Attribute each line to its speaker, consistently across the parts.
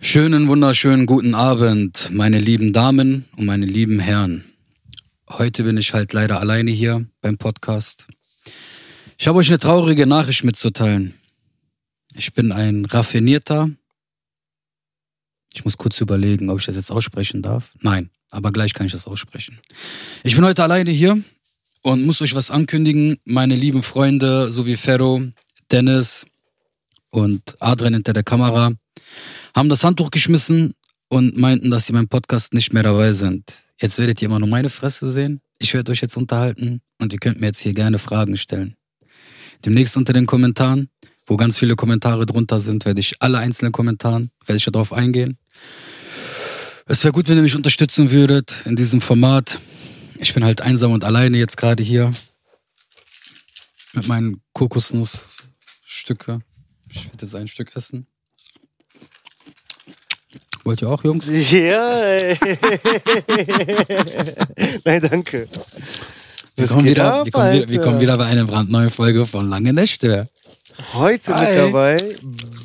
Speaker 1: Schönen, wunderschönen guten Abend, meine lieben Damen und meine lieben Herren. Heute bin ich halt leider alleine hier beim Podcast. Ich habe euch eine traurige Nachricht mitzuteilen. Ich bin ein raffinierter. Ich muss kurz überlegen, ob ich das jetzt aussprechen darf. Nein, aber gleich kann ich das aussprechen. Ich bin heute alleine hier und muss euch was ankündigen. Meine lieben Freunde, sowie Ferro, Dennis und Adrian hinter der Kamera, haben das Handtuch geschmissen und meinten, dass sie beim Podcast nicht mehr dabei sind. Jetzt werdet ihr immer nur meine Fresse sehen. Ich werde euch jetzt unterhalten und ihr könnt mir jetzt hier gerne Fragen stellen. Demnächst unter den Kommentaren, wo ganz viele Kommentare drunter sind, werde ich alle einzelnen Kommentaren, werde ich darauf eingehen. Es wäre gut, wenn ihr mich unterstützen würdet in diesem Format. Ich bin halt einsam und alleine jetzt gerade hier mit meinen Kokosnussstücke. Ich werde jetzt ein Stück essen. Wollt ihr auch, Jungs?
Speaker 2: Ja. ey. Nein, danke.
Speaker 1: Wir
Speaker 2: Was
Speaker 1: kommen,
Speaker 2: geht
Speaker 1: wieder,
Speaker 2: ab,
Speaker 1: wir, kommen wieder, wir
Speaker 2: Alter?
Speaker 1: kommen wieder bei einer brandneuen Folge von Lange Nächte.
Speaker 2: Heute
Speaker 1: Hi.
Speaker 2: mit dabei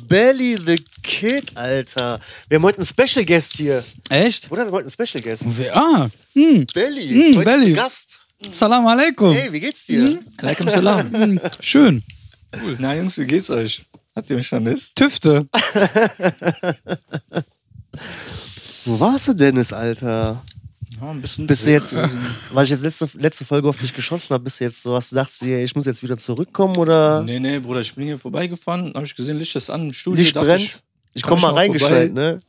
Speaker 2: Belly the Kid, Alter. Wir haben heute einen Special Guest hier.
Speaker 1: Echt?
Speaker 2: Oder wir wollten einen Special Guest.
Speaker 1: Wir- Ah, hm,
Speaker 2: Belly,
Speaker 1: Mm,
Speaker 2: heute
Speaker 1: Belly.
Speaker 2: zu Gast.
Speaker 1: Salam alaikum.
Speaker 2: Hey, wie geht's dir?
Speaker 1: Alaikum salam. Hm, schön.
Speaker 3: Na Jungs, wie geht's euch? Habt ihr mich vermisst?
Speaker 1: Tüfte.
Speaker 2: Wo warst du, Dennis, Alter?
Speaker 3: Ja, ein bisschen.
Speaker 2: Bist du jetzt, weil ich jetzt letzte, letzte Folge auf dich geschossen habe, bist du jetzt so, hast du gedacht, ey, ich muss jetzt wieder zurückkommen oder
Speaker 3: Nee, nee, Bruder, ich bin hier vorbeigefahren, hab ich gesehen, Licht ist an im Studio.
Speaker 2: Licht
Speaker 3: dachte
Speaker 2: brennt? Ich
Speaker 3: komm
Speaker 2: komm
Speaker 3: ich
Speaker 2: mal
Speaker 3: mal
Speaker 2: reingeschaltet,
Speaker 3: vorbei.
Speaker 2: ne?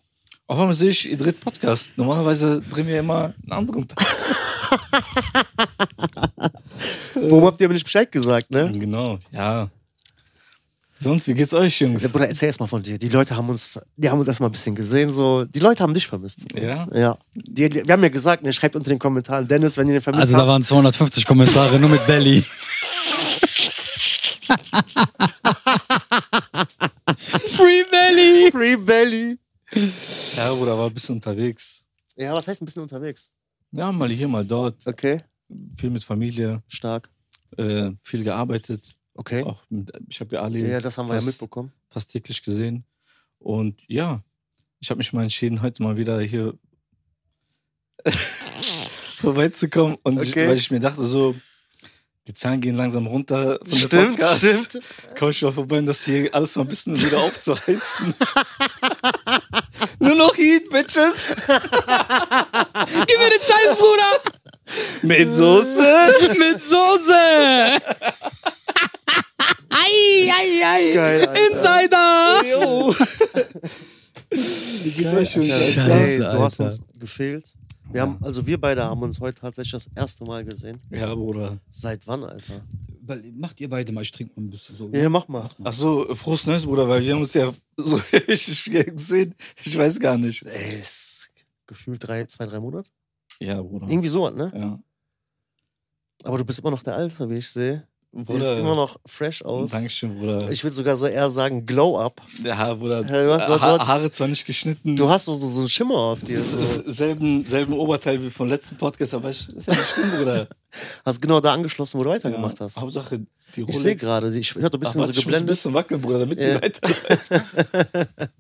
Speaker 3: Auf einmal sehe ich, ihr dreht Podcast. Normalerweise drehen wir immer einen anderen Tag.
Speaker 2: Warum habt ihr mir nicht Bescheid gesagt, ne?
Speaker 3: genau, ja. Sonst, wie geht's euch, Jungs?
Speaker 2: Ja, Ne, Bruder, erzähl erst mal von dir. Die Leute haben uns, die haben uns erstmal ein bisschen gesehen. So. Die Leute haben dich vermisst.
Speaker 3: Ja?
Speaker 2: Ja. Die, die, wir haben ja gesagt, ne, schreibt unter den Kommentaren, Dennis, wenn ihr den vermisst
Speaker 1: Also da
Speaker 2: habt.
Speaker 1: waren 250 Kommentare nur mit Belly. Free Belly.
Speaker 2: Free Belly.
Speaker 3: Ja, Bruder, war ein bisschen unterwegs.
Speaker 2: Ja, was heißt ein bisschen unterwegs?
Speaker 3: Ja, mal hier, mal dort.
Speaker 2: Okay,
Speaker 3: Viel mit Familie,
Speaker 2: stark.
Speaker 3: äh, viel gearbeitet.
Speaker 2: Okay.
Speaker 3: Auch mit, ich habe ja alle
Speaker 2: Ja, das haben wir ja
Speaker 3: fast-
Speaker 2: mitbekommen.
Speaker 3: fast täglich gesehen. Und ja, ich habe mich mal entschieden, heute mal wieder hier vorbeizukommen. Und ich,
Speaker 2: Okay.
Speaker 3: weil ich mir dachte, so, die Zahlen gehen langsam runter. Von der
Speaker 2: Stimmt,
Speaker 3: Podcast.
Speaker 2: stimmt.
Speaker 3: Komm ich mal vorbei, um das hier alles mal ein bisschen wieder aufzuheizen. Nur noch Heat, Bitches.
Speaker 1: Gib mir den Scheiß, Bruder.
Speaker 3: Mit Soße.
Speaker 1: Mit Soße. ei, ei, ei.
Speaker 2: Geil, Alter.
Speaker 1: Insider.
Speaker 3: Jo. Wie geht's euch schon?
Speaker 2: Alter,
Speaker 1: Scheiße,
Speaker 2: ey, du hast
Speaker 1: Alter.
Speaker 2: uns gefehlt. Wir haben, also wir beide haben uns heute tatsächlich das erste Mal gesehen.
Speaker 3: Ja, Bruder.
Speaker 2: Seit wann, Alter?
Speaker 1: Macht ihr beide mal, ich trinke mal ein bisschen so.
Speaker 2: Ja, mach mal.
Speaker 3: Ach so, frohes Neues, Bruder, weil wir haben uns ja so richtig viel gesehen. Ich weiß gar nicht.
Speaker 2: Ey, ist gefühlt drei, zwei, drei Monate.
Speaker 3: Ja, Bruder.
Speaker 2: Irgendwie so, ne?
Speaker 3: Ja.
Speaker 2: Aber du bist immer noch der Alte, wie ich sehe. Du siehst
Speaker 3: Bruder.
Speaker 2: immer noch fresh aus.
Speaker 3: Dankeschön, Bruder.
Speaker 2: Ich würde sogar so eher sagen, Glow Up.
Speaker 3: ja, Bruder.
Speaker 2: Ja, du hast- du hast-
Speaker 3: ha Haare zwar nicht geschnitten.
Speaker 2: Du hast so, so, so einen Schimmer auf dir.
Speaker 3: s-
Speaker 2: So.
Speaker 3: s- selben, selben Oberteil wie vom letzten Podcast, aber ich, ist ja nicht schlimm, Bruder.
Speaker 2: Hast genau da angeschlossen, wo du weitergemacht
Speaker 3: Ja,
Speaker 2: hast.
Speaker 3: Hauptsache, die Rolex.
Speaker 2: Ich sehe gerade, sie- ich hör, du bist
Speaker 3: Ach,
Speaker 2: so
Speaker 3: warte, ich muss ein
Speaker 2: geblendet.
Speaker 3: bisschen wackeln, Bruder, damit
Speaker 2: Ja.
Speaker 3: die weiter.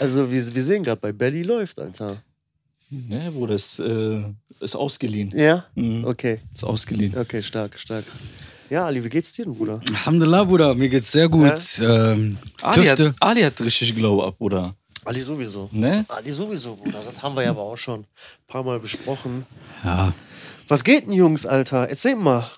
Speaker 2: Also wir, wir sehen gerade, bei Belly läuft, Alter.
Speaker 3: Ne, Bruder, ist, äh, ist ausgeliehen.
Speaker 2: Ja?
Speaker 3: Mhm,
Speaker 2: Okay,
Speaker 3: Ist ausgeliehen.
Speaker 2: okay, stark, stark. Ja, Ali, wie geht's dir denn, Bruder?
Speaker 1: Alhamdulillah, Bruder, mir geht's sehr gut. Ähm,
Speaker 3: Ali hat,
Speaker 1: Tüfte.
Speaker 3: Ali hat richtig Glow up, Bruder.
Speaker 2: Ali sowieso.
Speaker 3: Ne?
Speaker 2: Ali sowieso, Bruder. Das haben wir ja aber auch schon ein paar Mal besprochen.
Speaker 1: Ja.
Speaker 2: Was geht denn, Jungs, Alter? Erzähl mal.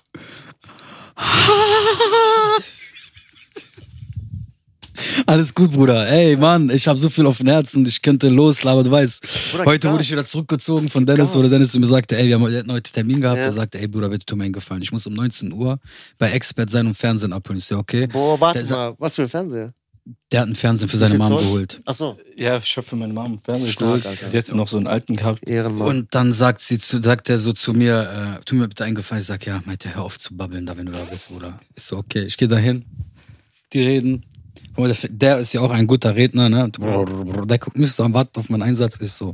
Speaker 1: Alles gut, Bruder. Ey, Mann, ich habe so viel auf dem Herzen, ich könnte los, aber du weißt,
Speaker 2: Bruder,
Speaker 1: heute
Speaker 2: Gas.
Speaker 1: wurde ich wieder zurückgezogen von Dennis, wo der
Speaker 2: Gas.
Speaker 1: Dennis zu mir sagte, ey, wir haben wir hatten heute Termin gehabt.
Speaker 2: Ja.
Speaker 1: Er sagte, ey, Bruder, bitte tu mir einen Gefallen. Ich muss um 19 Uhr bei Expert sein und Fernsehen abholen. Ist ja okay.
Speaker 2: Boah, warte
Speaker 1: Der-
Speaker 2: mal. Was für ein Fernseher?
Speaker 1: Der hat einen Fernsehen für seine
Speaker 2: viel
Speaker 1: Mom
Speaker 2: Zoll?
Speaker 1: geholt.
Speaker 2: Ach so.
Speaker 3: Ja, ich habe für meine Mama einen Fernseher
Speaker 2: Stark,
Speaker 3: geholt.
Speaker 2: Alter.
Speaker 3: Die hatte noch so einen alten gehabt.
Speaker 2: Ehrenmann.
Speaker 1: Und dann sagt sie zu, sagt er so zu mir, äh, tu mir bitte einen Gefallen. Ich sag, ja, meinte, hör auf zu babbeln, da wenn du da bist, Bruder. Ist so okay. Ich gehe dahin, die reden. Guck mal, Der der ist ja auch ein guter Redner, ne? Der guckt mich so an, wartet auf meinen Einsatz, ist so.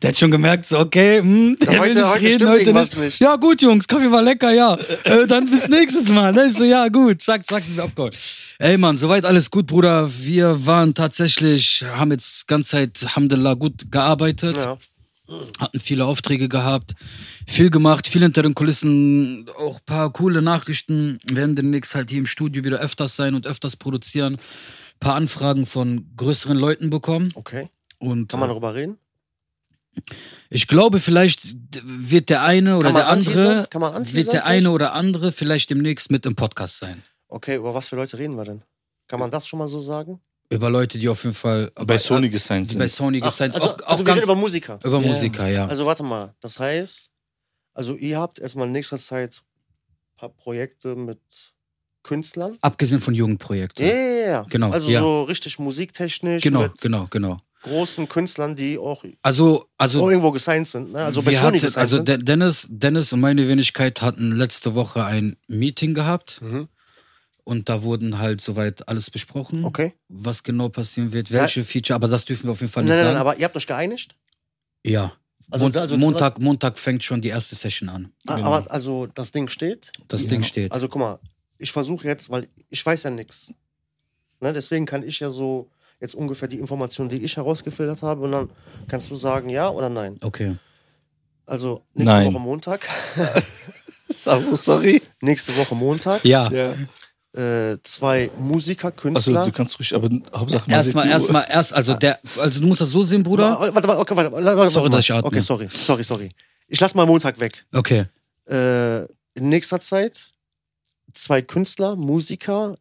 Speaker 1: Der hat schon gemerkt, so, okay, hm, der
Speaker 2: Heute-
Speaker 1: will nicht
Speaker 2: heute
Speaker 1: reden,
Speaker 2: stimmt
Speaker 1: heute
Speaker 2: irgendwas
Speaker 1: nicht.
Speaker 2: nicht.
Speaker 1: Ja, gut, Jungs, Kaffee war lecker, ja. Äh, dann bis nächstes Mal. Ne? Ich so, ja, gut, zack, zack, sind wir abgeholt. Ey, Mann, soweit alles gut, Bruder. Wir waren tatsächlich, haben jetzt ganze Zeit, Hamdallah, gut gearbeitet
Speaker 2: Ja.
Speaker 1: hatten viele Aufträge gehabt, viel gemacht, viel hinter den Kulissen, auch ein paar coole Nachrichten. Wir werden demnächst halt hier im Studio wieder öfters sein und öfters produzieren. Ein paar Anfragen von größeren Leuten bekommen.
Speaker 2: Okay.
Speaker 1: Und
Speaker 2: Kann man darüber reden?
Speaker 1: ich glaube, vielleicht d- wird der eine oder
Speaker 2: Kann man
Speaker 1: der andere,
Speaker 2: anteasern? Kann man anteasern
Speaker 1: wird der
Speaker 2: vielleicht?
Speaker 1: eine oder andere vielleicht demnächst mit im Podcast sein.
Speaker 2: Okay, über was für Leute reden wir denn? Kann man das schon mal so sagen?
Speaker 1: Über Leute, die auf jeden Fall
Speaker 3: Bei
Speaker 2: Äh,
Speaker 3: Sony gesigned
Speaker 1: die bei
Speaker 3: sind.
Speaker 1: Sony gesigned,
Speaker 2: also,
Speaker 1: auch, auch
Speaker 2: also wir reden
Speaker 1: ganz
Speaker 2: über
Speaker 1: über,
Speaker 2: Musiker.
Speaker 3: Ja.
Speaker 1: Musiker, ja.
Speaker 2: Also warte mal, das heißt, also ihr habt erstmal in nächster Zeit ein paar Projekte mit Künstlern.
Speaker 1: Abgesehen von Jugendprojekten.
Speaker 2: Ja, ja, ja, ja.
Speaker 1: Genau,
Speaker 2: Also
Speaker 1: ja.
Speaker 2: so richtig musiktechnisch
Speaker 1: Genau,
Speaker 2: mit
Speaker 1: genau, genau.
Speaker 2: großen Künstlern, die auch
Speaker 1: Also, also
Speaker 2: auch irgendwo gesigned sind. Ne? Also bei
Speaker 1: wir
Speaker 2: Sony
Speaker 1: hatten,
Speaker 2: gesigned
Speaker 1: also
Speaker 2: sind.
Speaker 1: De- Dennis, Dennis und meine Wenigkeit hatten letzte Woche ein Meeting gehabt
Speaker 2: Mhm.
Speaker 1: und da wurden halt soweit alles besprochen,
Speaker 2: Okay.
Speaker 1: was genau passieren wird,
Speaker 2: Sei-
Speaker 1: welche Feature, aber das dürfen wir auf jeden Fall
Speaker 2: Nein,
Speaker 1: nicht
Speaker 2: nein,
Speaker 1: sagen.
Speaker 2: nein, aber ihr habt euch geeinigt.
Speaker 1: ja.
Speaker 2: Also
Speaker 1: Mont
Speaker 2: da- also-
Speaker 1: Montag, Montag fängt schon die erste Session an.
Speaker 2: Ah,
Speaker 1: Genau.
Speaker 2: Aber also das Ding steht.
Speaker 1: das
Speaker 2: Ja.
Speaker 1: Ding steht.
Speaker 2: Also guck mal, ich versuche jetzt, weil ich weiß ja nichts. Ne? Deswegen kann ich ja so jetzt ungefähr die Informationen, die ich herausgefiltert habe, und dann kannst du sagen ja oder nein.
Speaker 1: okay.
Speaker 2: Also nächste
Speaker 3: Nein.
Speaker 2: Woche Montag.
Speaker 3: Ach
Speaker 2: Also,
Speaker 3: so, sorry.
Speaker 2: Nächste Woche Montag.
Speaker 1: Ja.
Speaker 3: Ja.
Speaker 2: Äh, zwei Musiker,
Speaker 3: Also
Speaker 2: Künstler.
Speaker 3: du kannst ruhig, aber Hauptsache man sieht
Speaker 1: Erstmal,
Speaker 3: die
Speaker 1: erstmal, erst, also der, also du musst das so sehen, Bruder.
Speaker 2: Warte, warte, warte, okay, warte, warte, warte,
Speaker 1: Sorry,
Speaker 2: warte mal.
Speaker 1: dass ich atme.
Speaker 2: Okay, sorry, sorry, sorry. Ich lass mal Montag weg.
Speaker 1: Okay.
Speaker 2: Äh, in nächster Zeit zwei Künstler, Musiker,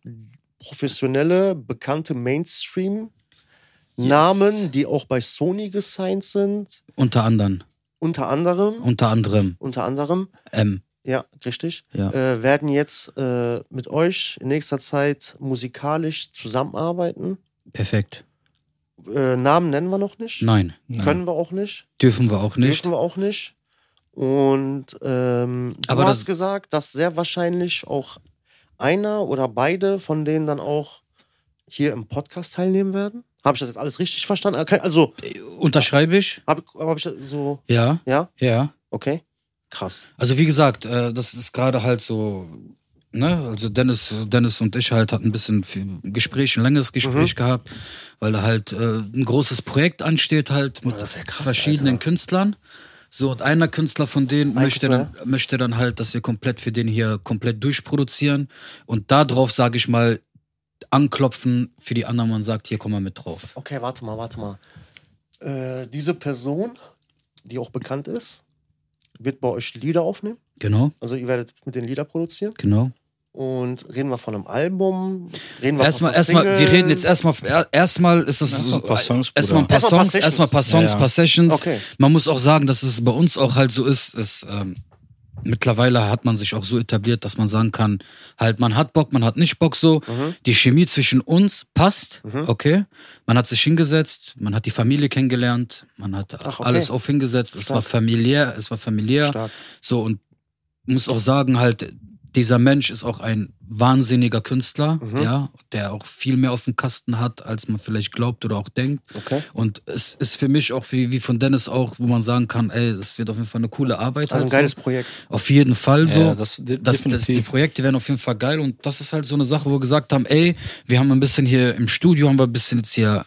Speaker 2: professionelle, bekannte Mainstream-Namen, die auch bei Sony gesigned sind.
Speaker 1: Unter anderem,
Speaker 2: Unter anderem,
Speaker 1: unter anderem,
Speaker 2: unter anderem,
Speaker 1: ähm,
Speaker 2: ja, richtig,
Speaker 1: Ja.
Speaker 2: äh, werden jetzt äh, mit euch in nächster Zeit musikalisch zusammenarbeiten.
Speaker 1: perfekt.
Speaker 2: Äh, Namen nennen wir noch nicht.
Speaker 1: Nein,
Speaker 3: Uhr.
Speaker 2: Können wir auch nicht.
Speaker 1: dürfen wir auch nicht.
Speaker 2: Dürfen wir auch nicht. Und ähm, du
Speaker 1: Aber
Speaker 2: hast
Speaker 1: das-
Speaker 2: gesagt, dass sehr wahrscheinlich auch einer oder beide von denen dann auch hier im Podcast teilnehmen werden. Habe ich das jetzt alles richtig verstanden? Okay, Also,
Speaker 1: Unterschreibe ich?
Speaker 2: habe hab ich das so.
Speaker 1: Ja,
Speaker 2: Ja,
Speaker 1: ja.
Speaker 2: okay. Krass.
Speaker 1: Also wie gesagt, äh, das ist gerade halt so, ne, also Dennis, Dennis und ich halt hatten ein bisschen viel Gespräch, ein längeres
Speaker 2: Mhm.
Speaker 1: Gespräch gehabt, weil da halt äh, ein großes Projekt ansteht halt mit
Speaker 2: Oh, das ist ja krass,
Speaker 1: verschiedenen
Speaker 2: Alter.
Speaker 1: Künstlern. So, und einer Künstler von denen
Speaker 2: Ein
Speaker 1: möchte, dann, möchte dann halt, dass wir komplett für den hier komplett durchproduzieren und darauf, sage ich mal, anklopfen für die anderen, man sagt, hier komm mal mit drauf.
Speaker 2: Okay, warte mal, warte mal. Äh, diese Person, die auch bekannt ist, wird bei euch Lieder aufnehmen.
Speaker 1: Genau,
Speaker 2: Also, ihr werdet mit den Lieder produzieren.
Speaker 1: genau.
Speaker 2: Und reden wir von einem Album? Reden wir
Speaker 1: Erstmal,
Speaker 2: von einer
Speaker 1: erstmal, wir
Speaker 2: Single?
Speaker 1: reden jetzt erstmal, er- erstmal ist das
Speaker 3: Erstmal ein paar Songs, Bruder.
Speaker 1: erstmal ein paar
Speaker 2: Erstmal ein paar
Speaker 1: Songs,
Speaker 2: Sessions.
Speaker 1: erstmal ein paar Songs,
Speaker 3: Ja, ja.
Speaker 1: paar Sessions.
Speaker 2: Okay.
Speaker 1: Man muss auch sagen, dass es bei uns auch halt so ist, ist ähm, mittlerweile hat man sich auch so etabliert, dass man sagen kann, halt, man hat Bock, man hat nicht Bock so.
Speaker 2: Mhm.
Speaker 1: Die Chemie zwischen uns passt, okay. Man hat sich hingesetzt, man hat die Familie kennengelernt, man hat
Speaker 2: Ach, okay.
Speaker 1: alles auf hingesetzt. Es
Speaker 2: Stark.
Speaker 1: war familiär, es war familiär.
Speaker 2: Stark.
Speaker 1: So und muss auch sagen, halt, dieser Mensch ist auch ein wahnsinniger Künstler,
Speaker 2: Mhm.
Speaker 1: ja, der auch viel mehr auf dem Kasten hat, als man vielleicht glaubt oder auch denkt.
Speaker 2: Okay.
Speaker 1: Und es ist für mich auch wie, wie von Dennis auch, wo man sagen kann, ey, das wird auf jeden Fall eine coole Arbeit.
Speaker 2: Also ein
Speaker 1: halt so.
Speaker 2: geiles Projekt.
Speaker 1: Auf jeden Fall so.
Speaker 3: Ja, das- de-
Speaker 1: das, das, die
Speaker 3: definitiv.
Speaker 1: Projekte werden auf jeden Fall geil und das ist halt so eine Sache, wo wir gesagt haben, ey, wir haben ein bisschen hier im Studio, haben wir ein bisschen jetzt hier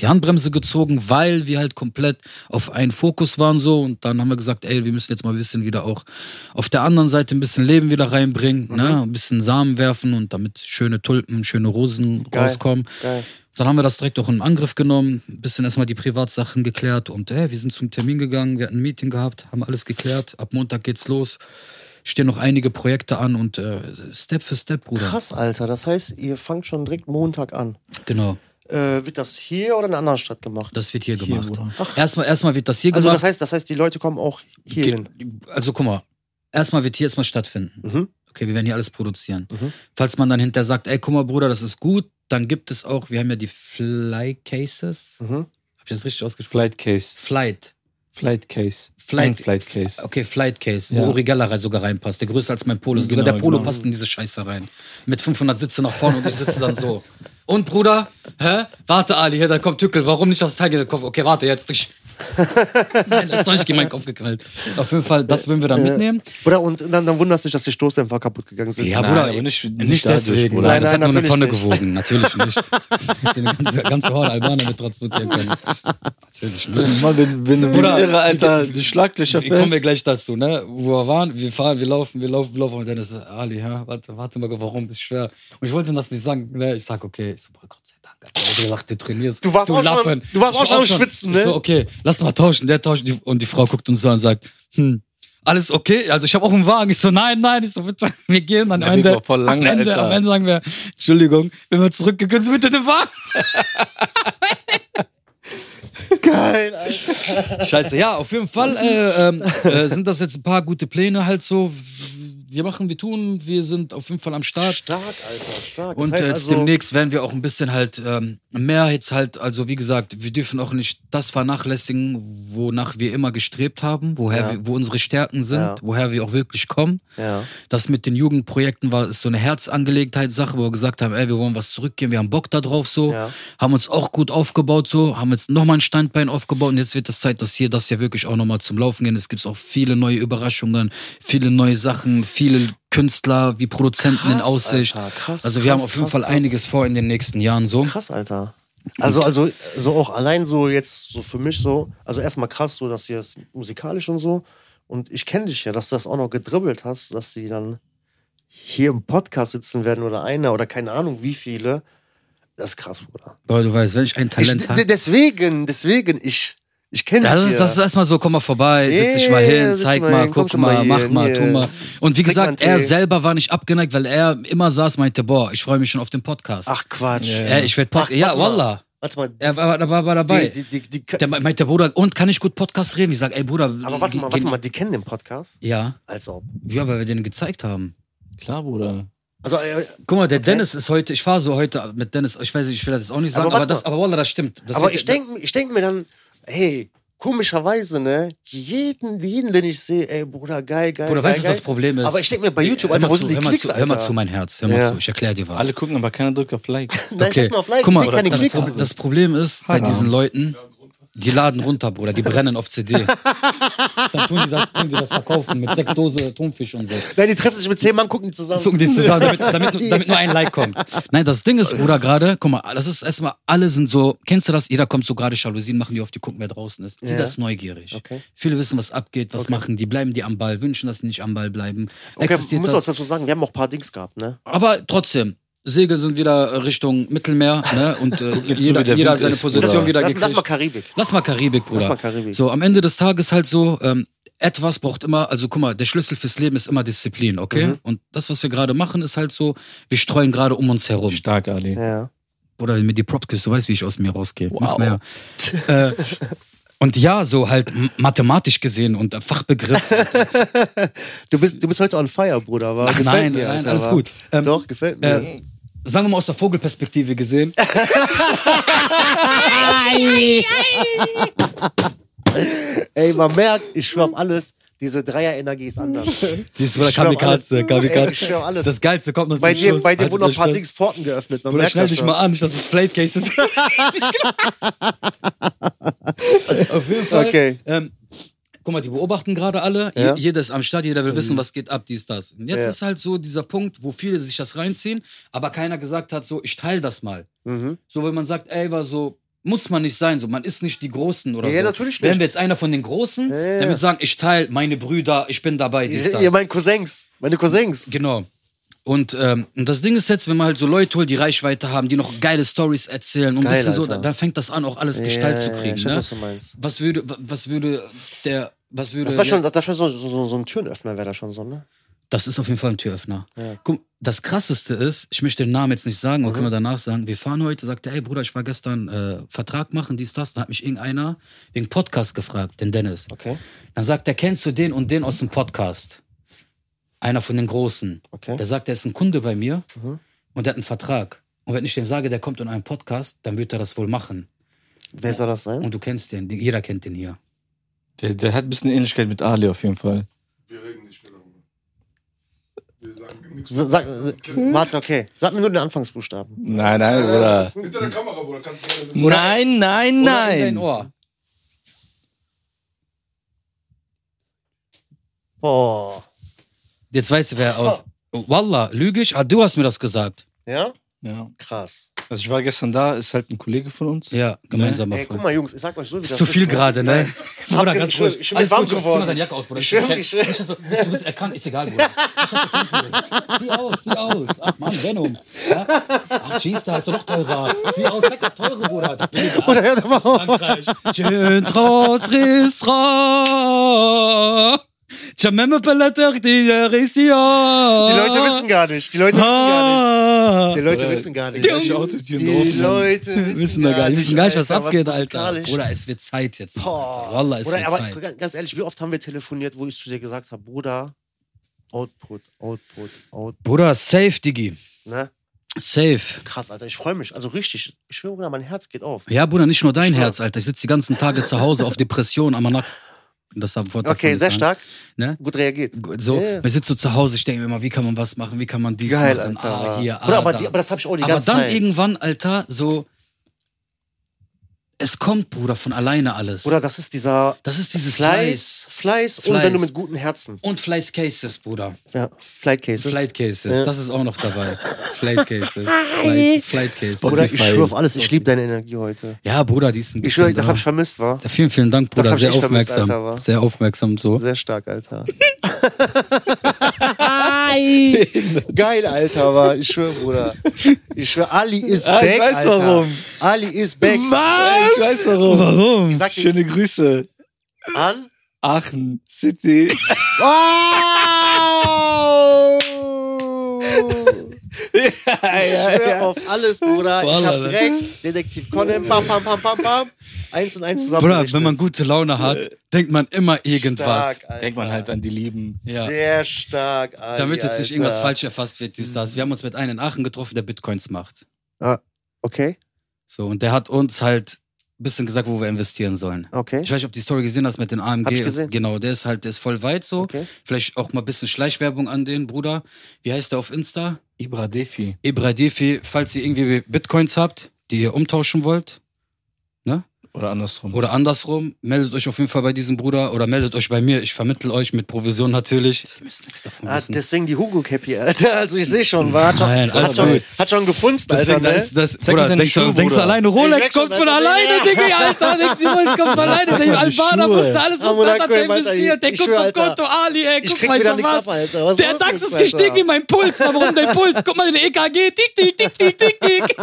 Speaker 1: die Handbremse gezogen, weil wir halt komplett auf einen Fokus waren so und dann haben wir gesagt, ey, wir müssen jetzt mal ein bisschen wieder auch auf der anderen Seite ein bisschen Leben wieder reinbringen,
Speaker 2: Mhm.
Speaker 1: ne, ein bisschen Samen werfen und damit schöne Tulpen, schöne Rosen
Speaker 2: Geil.
Speaker 1: rauskommen.
Speaker 2: Geil.
Speaker 1: Dann haben wir das direkt auch in Angriff genommen, ein bisschen erstmal die Privatsachen geklärt und ey, wir sind zum Termin gegangen, wir hatten ein Meeting gehabt, haben alles geklärt. Ab Montag geht's los. Stehen noch einige Projekte an und äh, Step für Step, Bruder.
Speaker 2: Krass, Alter. Das heißt, ihr fangt schon direkt Montag an.
Speaker 1: Genau.
Speaker 2: Äh, wird das hier oder in einer anderen Stadt gemacht?
Speaker 1: Das wird hier,
Speaker 3: Hier,
Speaker 1: gemacht.
Speaker 3: Bruder.
Speaker 1: Erstmal, erstmal wird das hier
Speaker 2: also das
Speaker 1: gemacht.
Speaker 2: heißt, das heißt, die Leute kommen auch hier hin.
Speaker 1: also guck mal, erstmal wird hier erstmal stattfinden.
Speaker 2: Mhm.
Speaker 1: Okay, wir werden hier alles produzieren.
Speaker 2: Mhm.
Speaker 1: Falls man dann hinterher sagt, ey, guck mal, Bruder, das ist gut, dann gibt es auch, wir haben ja die Fly Cases.
Speaker 2: Mhm.
Speaker 1: Hab ich das richtig ausgesprochen?
Speaker 3: Flight Case.
Speaker 1: Flight.
Speaker 3: Flight Case.
Speaker 1: Flight-
Speaker 3: Ein Flight Case.
Speaker 1: Okay, Flight Case,
Speaker 3: Ja.
Speaker 1: wo Origella sogar reinpasst, der größer als mein Polo ist. Sogar
Speaker 3: Genau,
Speaker 1: der Polo
Speaker 3: genau.
Speaker 1: passt in diese Scheiße rein. Mit 500 Sitze nach vorne und ich sitze dann so. Und Bruder, hä? Warte, Ali, hier, da kommt Tückel. Warum nicht das Teil in den Kopf? Okay, warte, jetzt. Ich- Nein, das ist doch nicht gemein Kopf geknallt. Auf jeden Fall, das würden wir
Speaker 3: Äh,
Speaker 1: dann mitnehmen.
Speaker 2: Bruder, Äh, und dann, dann wunderst du dich, dass die Stoßdämpfer kaputt gegangen sind.
Speaker 1: Ja,
Speaker 3: Nein,
Speaker 1: Bruder,
Speaker 3: aber nicht-
Speaker 1: nicht,
Speaker 3: nicht dadurch,
Speaker 1: deswegen.
Speaker 3: Bruder.
Speaker 1: Nein, das hat
Speaker 2: Nein, nein,
Speaker 1: nur eine Tonne
Speaker 2: natürlich
Speaker 1: gewogen. Natürlich nicht. Hättest du eine ganze, ganze Horde Albaner mit transportieren können. Natürlich nicht.
Speaker 3: Mann, wenn, wenn du
Speaker 1: Bruder,
Speaker 3: irre, Alter, die Schlaglöcher
Speaker 1: Wir kommen wir
Speaker 3: fest.
Speaker 1: gleich dazu, ne? Wo wir waren, wir fahren, wir laufen, wir laufen, wir laufen. Und dann ist Ali, ja, warte, warte mal, warum ist schwer? Und ich wollte ihm das nicht sagen, ne? Ich sag, okay, ich so, boah, Gott sei Dank, Alter. Ich hab gedacht, du trainierst.
Speaker 2: Du warst auch schon am-
Speaker 1: Lappen.
Speaker 2: du warst
Speaker 1: Ich
Speaker 2: auch
Speaker 1: war
Speaker 2: schon am Schwitzen,
Speaker 1: Ich
Speaker 2: ne?
Speaker 1: so, okay, lass mal tauschen, der tauscht. die- Und die Frau guckt uns so an und sagt, hm. Alles okay, also ich habe auch einen Wagen. Ich so, nein, nein, ich so, bitte, wir gehen am
Speaker 3: Ja, wir
Speaker 1: Ende.
Speaker 3: waren voll
Speaker 1: am,
Speaker 3: lange,
Speaker 1: Ende
Speaker 3: Alter.
Speaker 1: am Ende sagen wir, Entschuldigung, wenn wir zurückgehen, können Sie bitte den Wagen
Speaker 2: Geil, Alter.
Speaker 1: Scheiße, ja, auf jeden Fall äh, ähm, äh, sind das jetzt ein paar gute Pläne halt so. Wir machen, wir tun, wir sind auf jeden Fall am Start.
Speaker 2: Stark, Alter, stark.
Speaker 1: Und
Speaker 2: das
Speaker 1: äh,
Speaker 2: heißt also,
Speaker 1: jetzt demnächst werden wir auch ein bisschen halt ähm, mehr jetzt halt, also wie gesagt, wir dürfen auch nicht das vernachlässigen, wonach wir immer gestrebt haben, woher
Speaker 2: Ja.
Speaker 1: wir, wo unsere Stärken sind,
Speaker 2: Ja.
Speaker 1: woher wir auch wirklich kommen.
Speaker 2: Ja.
Speaker 1: Das mit den Jugendprojekten war ist so eine Herzangelegenheit-Sache, wo wir gesagt haben, ey, wir wollen was zurückgeben, wir haben Bock da drauf so,
Speaker 2: Ja.
Speaker 1: haben uns auch gut aufgebaut so, haben jetzt nochmal ein Standbein aufgebaut und jetzt wird es Zeit, dass hier das ja wirklich auch nochmal zum Laufen geht. Es gibt auch viele neue Überraschungen, viele neue Sachen, viele Künstler wie Produzenten in
Speaker 2: Krass,
Speaker 1: Aussicht.
Speaker 2: Alter, krass,
Speaker 1: also wir haben
Speaker 2: krass,
Speaker 1: auf jeden
Speaker 2: krass,
Speaker 1: Fall
Speaker 2: krass.
Speaker 1: einiges vor in den nächsten Jahren so.
Speaker 2: Krass, Alter. Also, also, so auch allein so jetzt, so für mich so, also erstmal krass, so, dass ihr es musikalisch und so, und ich kenne dich ja, dass du das auch noch gedribbelt hast, dass sie dann hier im Podcast sitzen werden oder einer oder keine Ahnung wie viele. Das ist krass, Bruder.
Speaker 1: Weil du weißt, wenn ich ein
Speaker 2: Ich,
Speaker 1: Talent
Speaker 2: d-
Speaker 1: habe.
Speaker 2: deswegen, deswegen, ich, ich kenne
Speaker 1: Ja,
Speaker 2: dich.
Speaker 1: das ist,
Speaker 2: ja.
Speaker 1: das ist erstmal so, komm mal vorbei, sitz dich
Speaker 2: Yeah,
Speaker 1: mal hin,
Speaker 2: sitz
Speaker 1: zeig
Speaker 2: mal
Speaker 1: mal,
Speaker 2: hin, komm
Speaker 1: guck
Speaker 2: schon
Speaker 1: mal,
Speaker 2: mal
Speaker 1: mach
Speaker 2: hier,
Speaker 1: mal,
Speaker 2: hier.
Speaker 1: tu mal. Und wie
Speaker 2: Trink mal
Speaker 1: gesagt,
Speaker 2: einen
Speaker 1: er
Speaker 2: Tee.
Speaker 1: selber war nicht abgeneigt, weil er immer saß, meinte, boah, ich freue mich schon auf den Podcast.
Speaker 2: Ach Quatsch.
Speaker 1: Äh, ich werde
Speaker 2: Ach,
Speaker 1: Podcast. Ja,
Speaker 2: warte mal.
Speaker 1: Wallah.
Speaker 2: Warte mal,
Speaker 1: Er war, war, war, war dabei.
Speaker 2: die, die, die, die,
Speaker 1: der me- meinte, Bruder, und kann ich gut Podcast reden? Ich sag, ey, Bruder.
Speaker 2: aber warte
Speaker 1: ge-
Speaker 2: mal,
Speaker 1: ge-
Speaker 2: warte mal, die kennen den Podcast?
Speaker 1: Ja,
Speaker 2: Als ob.
Speaker 1: ja, weil wir den gezeigt haben.
Speaker 3: Klar, Bruder.
Speaker 2: Also, äh,
Speaker 1: Guck mal, der Dennis ist heute, ich fahre so heute mit Dennis, ich weiß nicht, ich will das jetzt auch nicht sagen,
Speaker 2: Aber
Speaker 1: aber,
Speaker 2: warte
Speaker 1: das,
Speaker 2: mal.
Speaker 1: aber Wallah, das stimmt. Das
Speaker 2: aber
Speaker 1: wird-
Speaker 2: ich denke ich denk mir dann, hey, komischerweise, ne? Jeden, jeden, den ich sehe, ey, Bruder, geil, geil.
Speaker 1: Bruder,
Speaker 2: geil,
Speaker 1: weißt du,
Speaker 2: Äh, geil.
Speaker 1: was das Problem ist? Äh,
Speaker 2: Aber ich denke mir bei YouTube,
Speaker 1: Hör mal
Speaker 2: Alter, wo
Speaker 1: zu,
Speaker 2: sind die
Speaker 1: hör mal
Speaker 2: Klicks,
Speaker 1: zu,
Speaker 2: Alter?
Speaker 1: Hör mal zu, mein Herz, hör mal
Speaker 2: Ja.
Speaker 1: zu, ich erkläre dir was.
Speaker 3: Alle gucken, aber keiner drückt auf Like.
Speaker 2: Nein, ich lass mal auf Like,
Speaker 1: Guck
Speaker 2: ich
Speaker 1: mal,
Speaker 2: sehe keine
Speaker 1: das,
Speaker 2: Klicks.
Speaker 1: Pro das Problem ist, bei
Speaker 3: Haram.
Speaker 1: diesen Leuten, die laden runter, Bruder, die brennen auf CD. Dann tun die das, tun die das verkaufen mit sechs Dose Thunfisch und so.
Speaker 2: Nein, die treffen sich mit zehn Mann, gucken die zusammen.
Speaker 1: Zucken die zusammen, damit, damit, nur- damit nur ein Like kommt. Nein, das Ding ist, Bruder, gerade, guck mal, das ist erstmal, alle sind so, kennst du das? Jeder kommt so gerade Jalousien, machen die auf, die gucken, wer draußen ist. Jeder
Speaker 2: Ja.
Speaker 1: ist neugierig.
Speaker 2: Okay.
Speaker 1: Viele wissen, was abgeht, was machen die, bleiben die am Ball, wünschen, dass die nicht am Ball bleiben.
Speaker 2: okay,
Speaker 1: Existiert
Speaker 2: muss
Speaker 1: das?
Speaker 2: auch dazu sagen, wir haben auch ein paar Dings gehabt, ne?
Speaker 1: Aber trotzdem, Segel sind wieder äh, Richtung Mittelmeer ne? und äh, jeder,
Speaker 3: wie der
Speaker 1: jeder
Speaker 3: Wind
Speaker 1: seine
Speaker 3: ist,
Speaker 1: Position
Speaker 3: Bruder.
Speaker 1: wieder
Speaker 2: Lass,
Speaker 1: gekriegt.
Speaker 2: lass mal Karibik.
Speaker 1: Lass mal Karibik, Bruder.
Speaker 2: Lass mal Karibik.
Speaker 1: So, am Ende des Tages halt so, ähm, etwas braucht immer, also guck mal, der Schlüssel fürs Leben ist immer Disziplin, okay?
Speaker 3: Mhm.
Speaker 1: Und das, was wir gerade machen, ist halt so, wir streuen gerade um uns herum.
Speaker 3: Stark, Ali.
Speaker 2: Ja.
Speaker 1: Oder wenn mir die Props gibst, du weißt, wie ich aus mir rausgehe. Mach mehr. äh, und ja, so halt m- mathematisch gesehen und äh, Fachbegriff.
Speaker 2: Du bist, du bist heute on fire, Bruder. War,
Speaker 1: Ach
Speaker 2: gefällt
Speaker 1: nein,
Speaker 2: mir,
Speaker 1: nein,
Speaker 2: Alter,
Speaker 1: alles
Speaker 2: aber-
Speaker 1: gut. Ähm,
Speaker 2: Doch, gefällt mir.
Speaker 1: äh, sagen wir mal aus der Vogelperspektive gesehen.
Speaker 2: Ey, man merkt, ich schwör auf alles, diese Dreier-Energie ist anders.
Speaker 1: Die ist wieder
Speaker 2: Ich schwör auf
Speaker 1: Kamikaze,
Speaker 2: alles. Ey,
Speaker 1: Kamikaze.
Speaker 2: ich schwör auf alles.
Speaker 1: Das Geilste kommt noch
Speaker 2: bei
Speaker 1: zum
Speaker 2: dir,
Speaker 1: Schluss.
Speaker 2: bei dir
Speaker 1: Haltet
Speaker 2: wurden noch ein
Speaker 1: euch
Speaker 2: paar
Speaker 1: fest.
Speaker 2: Dings Pforten geöffnet. Man
Speaker 1: Bruder,
Speaker 2: merkt
Speaker 1: schnall
Speaker 2: das
Speaker 1: dich
Speaker 2: schon.
Speaker 1: mal an, nicht, dass es Flayed Case ist. Auf jeden Fall.
Speaker 2: Okay.
Speaker 1: Ähm, guck mal, die beobachten gerade alle. Je-
Speaker 2: Ja. Mhm.
Speaker 1: Jeder ist am Start, jeder will wissen, was geht ab, dies, das. Und jetzt
Speaker 2: Ja.
Speaker 1: ist halt so dieser Punkt, wo viele sich das reinziehen, aber keiner gesagt hat, so, ich teile das mal.
Speaker 2: Mhm.
Speaker 1: So, wenn man sagt, ey, war so, muss man nicht sein, so, man ist nicht die Großen oder
Speaker 2: Ja,
Speaker 1: so.
Speaker 2: natürlich
Speaker 1: Wären
Speaker 2: nicht.
Speaker 1: wir jetzt einer von den Großen,
Speaker 2: Ja, ja,
Speaker 1: dann
Speaker 2: ja.
Speaker 1: würde ich sagen, ich teile meine Brüder, ich bin dabei, dies,
Speaker 2: Ihr,
Speaker 1: das.
Speaker 2: ihr meint Cousins, meine Cousins.
Speaker 1: Genau. Und, ähm, und das Ding ist jetzt, wenn man halt so Leute holt, die Reichweite haben, die noch geile Stories erzählen und ein
Speaker 2: Geil,
Speaker 1: bisschen so,
Speaker 2: Alter.
Speaker 1: dann, dann fängt das an, auch alles Gestalt zu kriegen.
Speaker 2: Ich weiß,
Speaker 1: ne?
Speaker 2: was du meinst.
Speaker 1: Was würde, wa- was würde der, was würde.
Speaker 2: Das war schon, das, das war so, so- so, so ein Türenöffner, wäre das schon so, ne?
Speaker 1: das ist auf jeden Fall ein Türöffner.
Speaker 2: Ja. Mhm.
Speaker 1: Guck, das krasseste ist, ich möchte den Namen jetzt nicht sagen, aber können wir danach sagen, wir fahren heute, sagt er, ey Bruder, ich war gestern äh, Vertrag machen, dies, das. Dann hat mich irgendeiner wegen Podcast gefragt, den Dennis.
Speaker 2: Okay,
Speaker 1: Dann sagt er, kennst du den und den aus dem Podcast? Einer von den Großen.
Speaker 2: okay.
Speaker 1: Der sagt, der ist ein Kunde bei mir und der hat einen Vertrag. Und wenn ich den sage, der kommt in einen Podcast, dann wird er das wohl machen.
Speaker 2: Wer soll das sein?
Speaker 1: Und du kennst den, die- jeder kennt den hier.
Speaker 3: Der, der hat ein bisschen Ähnlichkeit mit Ali auf jeden Fall.
Speaker 4: Wir reden nicht mehr darüber. Wir sagen nichts.
Speaker 2: S- Sag, s- warte, okay. Sag mir nur den Anfangsbuchstaben.
Speaker 3: Nein, nein,
Speaker 4: Äh,
Speaker 3: Bruder.
Speaker 4: Hinter der Kamera, Bruder, kannst du gerne wissen.
Speaker 3: Nein, nein,
Speaker 1: Oder in dein
Speaker 3: nein.
Speaker 1: Ohr.
Speaker 2: Oh.
Speaker 1: Jetzt weißt du, wer aus. Wallah, lüge ich? Ah, du hast mir das gesagt.
Speaker 2: Ja?
Speaker 3: Ja.
Speaker 2: Krass.
Speaker 3: Also ich war gestern da, ist halt ein Kollege von uns.
Speaker 1: Ja, gemeinsamer
Speaker 2: Ey, guck
Speaker 1: Freund.
Speaker 2: mal, Jungs, ich sag euch so, wie
Speaker 1: Ist
Speaker 2: das
Speaker 1: zu viel
Speaker 2: ne?
Speaker 1: gerade, ne? Bruder,
Speaker 2: Ich-
Speaker 1: ganz
Speaker 2: ich-
Speaker 1: ruhig.
Speaker 2: ich bin warm geworden.
Speaker 1: Zieh mal deine Jacke aus, Bruder. Ich
Speaker 2: schwör,
Speaker 1: bin
Speaker 2: ich
Speaker 1: fertig.
Speaker 2: schwör.
Speaker 1: Ich so, du, bist, du bist erkannt, ist egal, Bruder. Ich hab keinen Führer. Zieh aus, zieh aus. Ach Mann, Venom. Ja? Ach, Cheese, da ist doch noch teurer. Zieh aus, sag der teure, Bruder. Der billige.
Speaker 2: Bruder, hör doch mal auf.
Speaker 1: Frankreich. Schön trotz Israel. Die
Speaker 2: Die
Speaker 1: Leute
Speaker 2: Leute wissen gar nicht. Die Leute wissen gar nicht. Die
Speaker 1: gar
Speaker 2: Leute wissen gar nicht.
Speaker 3: Ich Autotür
Speaker 2: Die Leute wissen,
Speaker 1: Ah. Wissen da gar nicht, wissen gar nicht, was
Speaker 2: Alter,
Speaker 1: abgeht, Alter.
Speaker 2: musikalisch-
Speaker 1: Bruder, es wird Zeit jetzt. Mann,
Speaker 2: Boah.
Speaker 1: Alter. Wallah, es
Speaker 2: Oder,
Speaker 1: wird
Speaker 2: aber
Speaker 1: Zeit.
Speaker 2: ganz ehrlich, wie oft haben wir telefoniert, wo ich zu dir gesagt habe, Bruder, Output, Output, Output,
Speaker 1: Bruder, safe, Digi.
Speaker 2: ne?
Speaker 1: Safe.
Speaker 2: Krass, Alter, ich freue mich. Also richtig, ich schwöre, Bruder, mein Herz geht auf.
Speaker 1: Ja, Bruder, nicht nur dein
Speaker 2: Schwör.
Speaker 1: Herz, Alter. Ich sitze die ganzen Tage zu Hause auf Depression, aber nach. Das haben wir
Speaker 2: Okay, sehr stark.
Speaker 1: Ne?
Speaker 2: Gut reagiert.
Speaker 1: So,
Speaker 2: Ja, ja.
Speaker 1: wir sitzen so zu Hause, ich denke mir immer, wie kann man was machen, wie kann man dies
Speaker 2: Geil,
Speaker 1: machen,
Speaker 2: Alter.
Speaker 1: ah, hier, ah,
Speaker 2: Bruder, aber,
Speaker 1: da.
Speaker 2: die, aber das habe ich auch die
Speaker 1: Aber
Speaker 2: ganze
Speaker 1: dann
Speaker 2: Zeit.
Speaker 1: irgendwann, Alter, so. Es kommt, Bruder, von alleine alles.
Speaker 2: Bruder, das ist dieser
Speaker 1: das ist dieses Fleiß.
Speaker 2: Fleiß, Fleiß, und
Speaker 1: Fleiß.
Speaker 2: wenn du mit gutem Herzen.
Speaker 1: Und Flight Cases, Bruder.
Speaker 2: Ja, Flight Cases.
Speaker 1: Flight Cases,
Speaker 2: Ja.
Speaker 1: das ist auch noch dabei. Flight Cases. Flight, Flight Cases.
Speaker 2: Bruder, ich schwöre auf alles, ich liebe deine Energie heute.
Speaker 1: Ja, Bruder, die ist ein bisschen.
Speaker 2: Ich schwöre, das
Speaker 1: da.
Speaker 2: habe ich vermisst, war.
Speaker 1: Ja, vielen, vielen Dank,
Speaker 2: Das
Speaker 1: Bruder.
Speaker 2: hab ich
Speaker 1: Sehr
Speaker 2: echt vermisst,
Speaker 1: aufmerksam.
Speaker 2: Alter, aber-
Speaker 1: Sehr aufmerksam so.
Speaker 2: Sehr stark, Alter. Geil, Alter, aber ich schwöre, Bruder. Ich schwöre, Ali ist
Speaker 3: Ah, ich
Speaker 2: back.
Speaker 3: weiß
Speaker 2: Alter.
Speaker 3: warum.
Speaker 2: Ali ist back.
Speaker 3: Ich weiß warum.
Speaker 2: Ich sag dir
Speaker 3: Schöne Grüße.
Speaker 2: an.
Speaker 3: Aachen City.
Speaker 2: Ich schwöre auf alles, Bruder. Ich
Speaker 1: Wallah,
Speaker 2: hab
Speaker 1: ne?
Speaker 2: direkt Detektiv Conan, bam, bam, bam, bam, bam. Eins und eins zusammen.
Speaker 1: Bruder, wenn man gute Laune hat, denkt man immer irgendwas.
Speaker 2: Äh, Stark, Alter.
Speaker 3: Denkt man halt an die Lieben.
Speaker 1: Ja.
Speaker 2: Sehr stark, Ali,
Speaker 1: Damit jetzt nicht
Speaker 2: Alter.
Speaker 1: irgendwas falsch erfasst wird, dies, das. Wir haben uns mit einem in Aachen getroffen, der Bitcoins macht.
Speaker 2: Okay,
Speaker 1: So, und der hat uns halt ein bisschen gesagt, wo wir investieren sollen.
Speaker 2: okay.
Speaker 1: Ich weiß nicht, ob du die Story gesehen hast mit den AMG.
Speaker 2: Hab ich gesehen.
Speaker 1: Genau, der ist halt, der ist voll weit so.
Speaker 2: Okay.
Speaker 1: Vielleicht auch mal ein bisschen Schleichwerbung an den, Bruder. Wie heißt der auf Insta?
Speaker 3: Ibra Defi.
Speaker 1: Ibra Defi, falls ihr irgendwie Bitcoins habt, die ihr umtauschen wollt,
Speaker 3: Oder andersrum.
Speaker 1: Oder andersrum, meldet euch auf jeden Fall bei diesem Bruder oder meldet euch bei mir. Ich vermittel euch mit Provision natürlich. Die müssen nichts davon
Speaker 2: Ah,
Speaker 1: wissen.
Speaker 2: deswegen die Hugo Cap hier, Alter. Also ich sehe schon, war, hat schon,
Speaker 1: Nein,
Speaker 2: hat
Speaker 1: alles
Speaker 2: schon,
Speaker 1: gut.
Speaker 2: hat schon gefunzt, Alter.
Speaker 1: Deswegen, da
Speaker 2: Ne?
Speaker 1: ist das,
Speaker 3: Zeig mir
Speaker 1: Bruder,
Speaker 3: deine
Speaker 1: denkst, du,
Speaker 3: Schuhe,
Speaker 1: denkst du
Speaker 3: Bruder.
Speaker 1: alleine,
Speaker 2: Ich
Speaker 1: Rolex
Speaker 2: merk schon,
Speaker 1: kommt von
Speaker 2: Alter,
Speaker 1: alleine,
Speaker 2: ja.
Speaker 1: Diggi, Alter, denkst du, Rolex kommt von alleine, der
Speaker 3: mir deine
Speaker 1: Albaner
Speaker 3: Schuhe.
Speaker 1: wusste alles, was da
Speaker 2: Aber da
Speaker 1: hat, der
Speaker 2: können wir, Alter,
Speaker 1: investiert, der
Speaker 2: ich
Speaker 1: guckt
Speaker 2: schwör,
Speaker 1: auf
Speaker 2: Alter.
Speaker 1: Konto Ali, ey,
Speaker 2: Ich
Speaker 1: guck
Speaker 2: krieg
Speaker 1: mal, ist
Speaker 2: wieder
Speaker 1: er
Speaker 2: nix
Speaker 1: was?
Speaker 2: ab, Alter. Was
Speaker 1: der
Speaker 2: los
Speaker 1: DAX ist
Speaker 2: mit mir, Alter?
Speaker 1: gestiegen wie mein Puls, aber warum dein Puls? Guck mal, der EKG, tick, tick, tick, tick, tick, tick.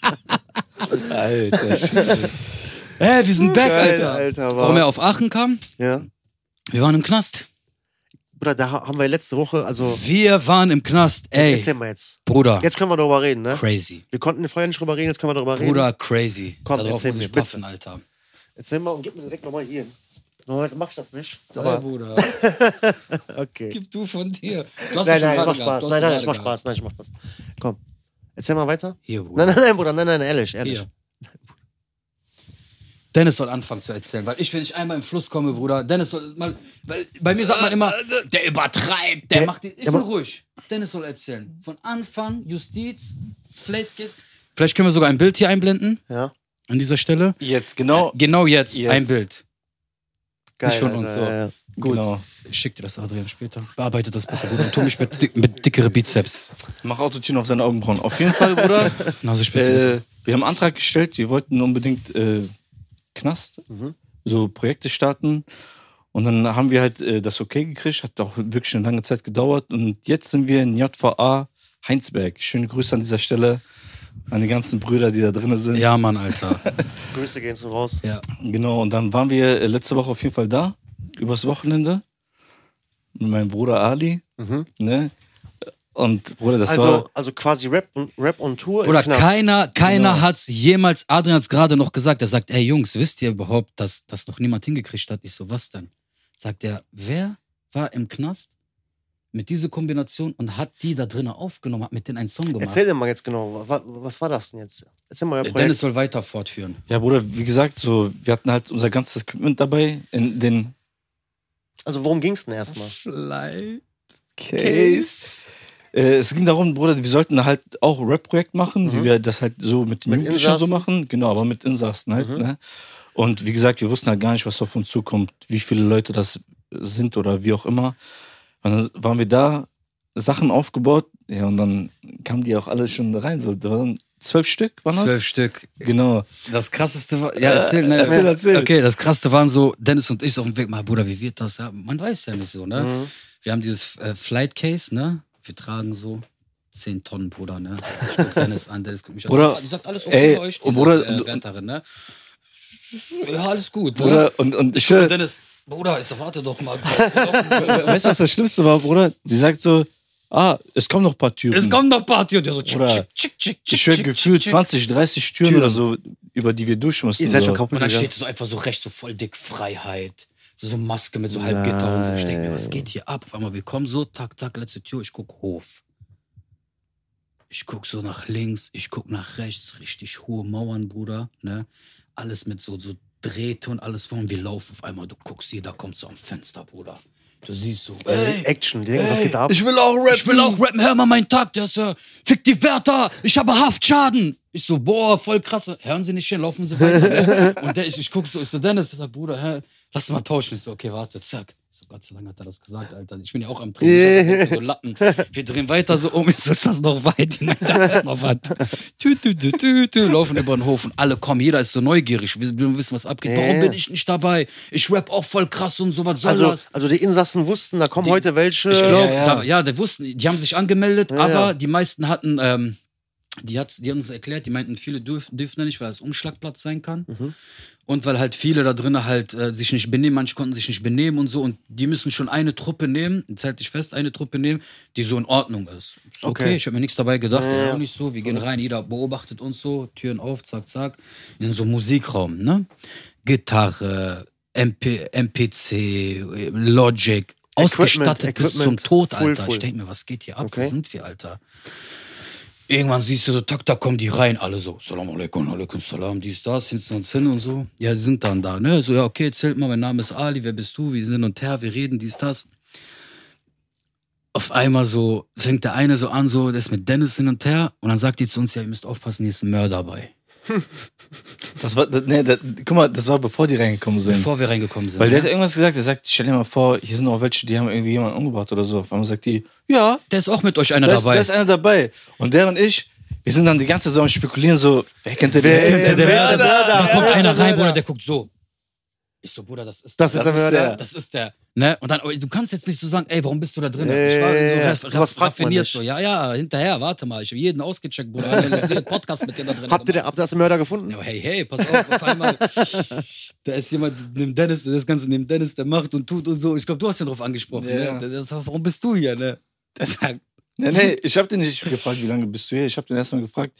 Speaker 3: Alter. Scheiße.
Speaker 1: Ey, wir sind back,
Speaker 2: Geil,
Speaker 1: Alter.
Speaker 2: Alter,
Speaker 1: Warum
Speaker 2: war.
Speaker 1: er auf Aachen kam?
Speaker 2: Ja.
Speaker 1: Wir waren im Knast.
Speaker 2: Bruder, da ha- haben wir letzte Woche, also,
Speaker 1: Wir waren im Knast, ey,
Speaker 2: erzähl mal jetzt.
Speaker 1: Bruder,
Speaker 2: Jetzt können wir darüber reden, ne?
Speaker 1: crazy.
Speaker 2: Wir konnten vorher nicht drüber reden, jetzt können wir drüber reden.
Speaker 1: Bruder, crazy.
Speaker 2: Komm,
Speaker 1: Darauf
Speaker 2: erzähl
Speaker 1: muss ich
Speaker 2: mir, bitte.
Speaker 1: puffen, Alter.
Speaker 2: Erzähl mal und gib mir direkt nochmal hier. Normalerweise mach ich das nicht.
Speaker 1: Ey,
Speaker 2: Aber,
Speaker 1: Bruder,
Speaker 2: okay.
Speaker 1: gib du von dir. Du hast doch schon
Speaker 2: Nein, nein, ich
Speaker 1: gerade
Speaker 2: mach
Speaker 1: gehabt,
Speaker 2: Spaß.
Speaker 1: du hast
Speaker 2: Nein,
Speaker 1: doch
Speaker 2: nein, ich mach
Speaker 1: gerade gehabt.
Speaker 2: Spaß. Nein, ich mach Spaß. Komm. Erzähl mal weiter.
Speaker 1: Hier, Bruder.
Speaker 2: Nein, nein, nein, Bruder, nein, nein, ehrlich, ehrlich.
Speaker 1: Hier. Dennis soll anfangen zu erzählen, weil ich, wenn ich einmal im Fluss komme, Bruder, Dennis soll mal, weil bei mir sagt man immer, der übertreibt, der,
Speaker 2: Der-
Speaker 1: macht die, ich
Speaker 2: der
Speaker 1: bin
Speaker 2: ma-
Speaker 1: ruhig. Dennis soll erzählen. Von Anfang, Justiz, Fleischkids. Vielleicht können wir sogar ein Bild hier einblenden,
Speaker 2: Ja.
Speaker 1: an dieser Stelle.
Speaker 3: Jetzt genau.
Speaker 1: Genau jetzt,
Speaker 3: Jetzt.
Speaker 1: ein Bild.
Speaker 2: Geil,
Speaker 1: von uns,
Speaker 2: Alter,
Speaker 1: so.
Speaker 2: ja, ja.
Speaker 1: Gut.
Speaker 3: Genau.
Speaker 1: Ich schick dir das, Adrian, später. Bearbeite das bitte, Bruder, und tu mich mit, dick, mit dickere Bizeps.
Speaker 3: Mach Autotune auf seine Augenbrauen. Auf jeden Fall, Bruder.
Speaker 1: Nasenspitze.
Speaker 3: äh, wir haben einen Antrag gestellt. Wir wollten unbedingt äh, Knast, so Projekte starten. Und dann haben wir halt äh, das okay gekriegt. Hat auch wirklich eine lange Zeit gedauert. Und jetzt sind wir in JVA Heinsberg. Schöne Grüße an dieser Stelle an die ganzen Brüder, die da drin sind.
Speaker 1: Ja, Mann, Alter.
Speaker 2: Grüße gehen so raus.
Speaker 1: Ja.
Speaker 3: Genau, und dann waren wir äh, letzte Woche auf jeden Fall da, übers Wochenende. Mit meinem Bruder Ali.
Speaker 1: Mhm.
Speaker 3: Ne? Und Bruder, das
Speaker 2: Also,
Speaker 3: war.
Speaker 2: also quasi Rap, und- Rap on Tour. im
Speaker 1: Oder
Speaker 2: Knast. Genau.
Speaker 1: keiner, keiner hat's jemals, Adrian hat's gerade noch gesagt, er sagt, ey Jungs, wisst ihr überhaupt, dass das noch niemand hingekriegt hat? Ich so, was denn? Sagt er, wer war im Knast mit dieser Kombination und hat die da drinnen aufgenommen, hat mit denen einen Song gemacht?
Speaker 2: Erzähl dir mal jetzt genau, was, was war das denn jetzt? Erzähl mal euer
Speaker 1: Äh,
Speaker 2: Projekt.
Speaker 1: Dennis soll weiter fortführen.
Speaker 3: Ja, Bruder, wie gesagt, so, wir hatten halt unser ganzes Equipment dabei in den
Speaker 2: Also worum ging's denn erstmal?
Speaker 1: Fly.
Speaker 3: Case. Äh, es ging darum, Bruder, wir sollten halt auch ein Rap-Projekt machen, wie wir das halt so mit, den
Speaker 2: Mit
Speaker 3: Jugendlichen so
Speaker 2: Insassen?
Speaker 3: machen. Genau, aber mit Insassen halt. Ne? Und wie gesagt, wir wussten halt gar nicht, was auf uns zukommt, wie viele Leute das sind oder wie auch immer. Und dann waren wir da, Sachen aufgebaut, ja, und dann kamen die auch alle schon rein. So, da waren zwölf Stück waren das?
Speaker 1: Zwölf Stück.
Speaker 3: Genau.
Speaker 1: Das krasseste war. Ja, erzähl, ne?
Speaker 3: Äh, erzähl, erzähl.
Speaker 1: Okay, das krasseste waren so, Dennis und ich so auf dem Weg, mal Bruder, wie wird das? Ja, man weiß ja nicht so, ne?
Speaker 3: Mhm.
Speaker 1: Wir haben dieses äh, Flight Case, ne? Wir tragen so 10 Tonnen, Bruder, ne? Ich guck Dennis an, Dennis guckt mich
Speaker 3: Bruder,
Speaker 1: an. Die sagt alles
Speaker 3: ey,
Speaker 1: okay bei euch, die
Speaker 3: Bruder,
Speaker 1: sagt,
Speaker 3: du-
Speaker 1: äh, Wärterin, ne? Ja, alles gut,
Speaker 3: Bruder,
Speaker 1: ne?
Speaker 3: und, und ich,
Speaker 1: Und Dennis, Bruder, ich warte doch mal.
Speaker 3: weißt du, was das Schlimmste war, Bruder? Die sagt so, ah, es kommen noch ein paar Türen.
Speaker 1: es kommt noch Party und der so tschick,
Speaker 3: Bruder,
Speaker 1: tschick, tschick, tschick,
Speaker 3: ich höre
Speaker 1: tschick,
Speaker 3: gefühlt
Speaker 1: tschick.
Speaker 3: 20, 30 Türen
Speaker 2: Türen.
Speaker 3: oder so, über die wir durch mussten.
Speaker 2: Ihr seid
Speaker 3: so.
Speaker 2: schon kaputt
Speaker 1: Und dann
Speaker 2: gegangen.
Speaker 1: steht so einfach so rechts, so voll dick Freiheit. So, so Maske mit so Halbgitter und so. Ich denke mir, was geht hier ab? Auf einmal, wir kommen so, tak, tak, letzte Tür, ich guck Hof. Ich guck so nach links, ich guck nach rechts, richtig hohe Mauern, Bruder. Ne? Alles mit so, so Drähte und alles vor. Und wir laufen auf einmal, du guckst hier, da kommt so am Fenster, Bruder. Du siehst so, ey,
Speaker 2: Äh, Action, die denken, was geht da ab?
Speaker 3: Ich will auch rappen.
Speaker 1: ich will auch rappen, hör mal meinen Takt, der ist, äh, fick die Wärter, ich habe Haftschaden. Ich so, boah, voll krass. Hören Sie nicht hin, laufen Sie weiter. ne? Und der, ich, ich guck so, ich so, Dennis, der sagt, Bruder, hä, lass mal tauschen. Ich so, okay, warte, zack. Ich So, Gott sei Dank hat er das gesagt, Alter. Ich bin ja auch am Drehen. Ich sag, so, du Lappen. Wir drehen weiter so um. Ich so, ist das noch weit? Die meint, da ist noch was. Tü, tü, tü, tü, tü, laufen über den Hof und alle kommen. Jeder ist so neugierig. Wir wir wissen, was abgeht.
Speaker 2: Ja,
Speaker 3: Äh.
Speaker 1: Warum
Speaker 2: ja.
Speaker 1: bin ich nicht dabei? Ich rap auch voll krass und so, was soll
Speaker 2: Also,
Speaker 1: das?
Speaker 2: also die Insassen wussten, da kommen heute welche.
Speaker 1: Ich glaube,
Speaker 3: Ja, ja.
Speaker 1: ja, ja. die wussten, die haben sich angemeldet, aber
Speaker 2: äh, ja.
Speaker 1: die meisten hatten, ähm, die, hat, die haben uns erklärt, die meinten, viele dürf, dürfen da nicht, weil es Umschlagplatz sein kann.
Speaker 2: Mhm.
Speaker 1: Und weil halt viele da drinnen halt äh, sich nicht benehmen, manche konnten sich nicht benehmen und so. Und die müssen schon eine Truppe nehmen, jetzt halte ich fest, eine Truppe nehmen, die so in Ordnung ist. Ist okay,
Speaker 2: Okay.
Speaker 1: ich habe mir nichts dabei gedacht, ja,
Speaker 2: ja.
Speaker 1: auch nicht so. Wir gehen rein, jeder beobachtet uns so, Türen auf, zack, zack, in so einen Musikraum, ne? Gitarre, MP, MPC, Logic, ausgestattet bis zum
Speaker 2: Equipment,
Speaker 1: Tod,
Speaker 2: full,
Speaker 1: Alter.
Speaker 2: full.
Speaker 1: Ich denk mir, was geht hier ab? Wo
Speaker 2: Okay.
Speaker 1: sind wir, Alter? Irgendwann siehst du so, tak, da kommen die rein, alle so, Salam alaikum, alaikum salam, dies, das, hinten uns hin und so. Ja, die sind dann da, ne? So, ja, okay, zählt mal, mein Name ist Ali, wer bist du, wir sind und her, wir reden, dies, das. Auf einmal so, fängt der eine so an, so, der ist mit Dennis hin und her und dann sagt die zu uns, ja, ihr müsst aufpassen, hier ist ein Mörder bei.
Speaker 3: Das war, das, nee, das, guck mal, das war bevor die reingekommen sind.
Speaker 1: Bevor wir reingekommen sind.
Speaker 3: Weil der
Speaker 1: ne?
Speaker 3: hat irgendwas gesagt, der sagt, stell dir mal vor, hier sind auch welche, die haben irgendwie jemanden umgebracht oder so. Auf einmal sagt die, ja,
Speaker 1: der ist auch mit euch einer
Speaker 3: da ist,
Speaker 1: dabei.
Speaker 3: da ist einer dabei. Und der und ich, wir sind dann die ganze Zeit so am Spekulieren, so, wer könnte
Speaker 2: Wer
Speaker 1: der,
Speaker 3: der,
Speaker 2: könnte
Speaker 1: der,
Speaker 2: Wer
Speaker 1: der,
Speaker 2: ist da?
Speaker 1: da
Speaker 2: Wer
Speaker 1: kommt
Speaker 2: ist
Speaker 1: einer
Speaker 2: da?
Speaker 1: rein, Bruder, der guckt so. Ich so, Bruder, das ist
Speaker 2: Das ist der
Speaker 3: ist
Speaker 2: Mörder.
Speaker 3: der.
Speaker 1: Das ist der. Ne? Und dann, aber du kannst jetzt nicht so sagen, ey, warum bist du da drin?
Speaker 2: Ja,
Speaker 1: ich war
Speaker 2: ja,
Speaker 1: so
Speaker 2: ja, ja.
Speaker 1: raff,
Speaker 2: Sowas
Speaker 1: raff,
Speaker 2: fragt man
Speaker 1: raffiniert
Speaker 2: nicht.
Speaker 1: so, ja, ja, hinterher, warte mal, ich habe jeden ausgecheckt, Bruder, analysiert, Podcast mit dir da drin.
Speaker 2: Habt ihr den, habt ihr das den Mörder gefunden?
Speaker 1: Ja, hey, hey, pass auf, auf einmal, da ist jemand neben Dennis, der das Ganze neben Dennis, der macht und tut und so. Ich glaube, du hast ihn drauf angesprochen.
Speaker 3: Ja.
Speaker 1: Ne? Der, der sagt, warum bist du hier? Ne? Der sagt,
Speaker 3: Nee, nee, ich habe den nicht gefragt, wie lange bist du hier. Ich habe den erstmal gefragt,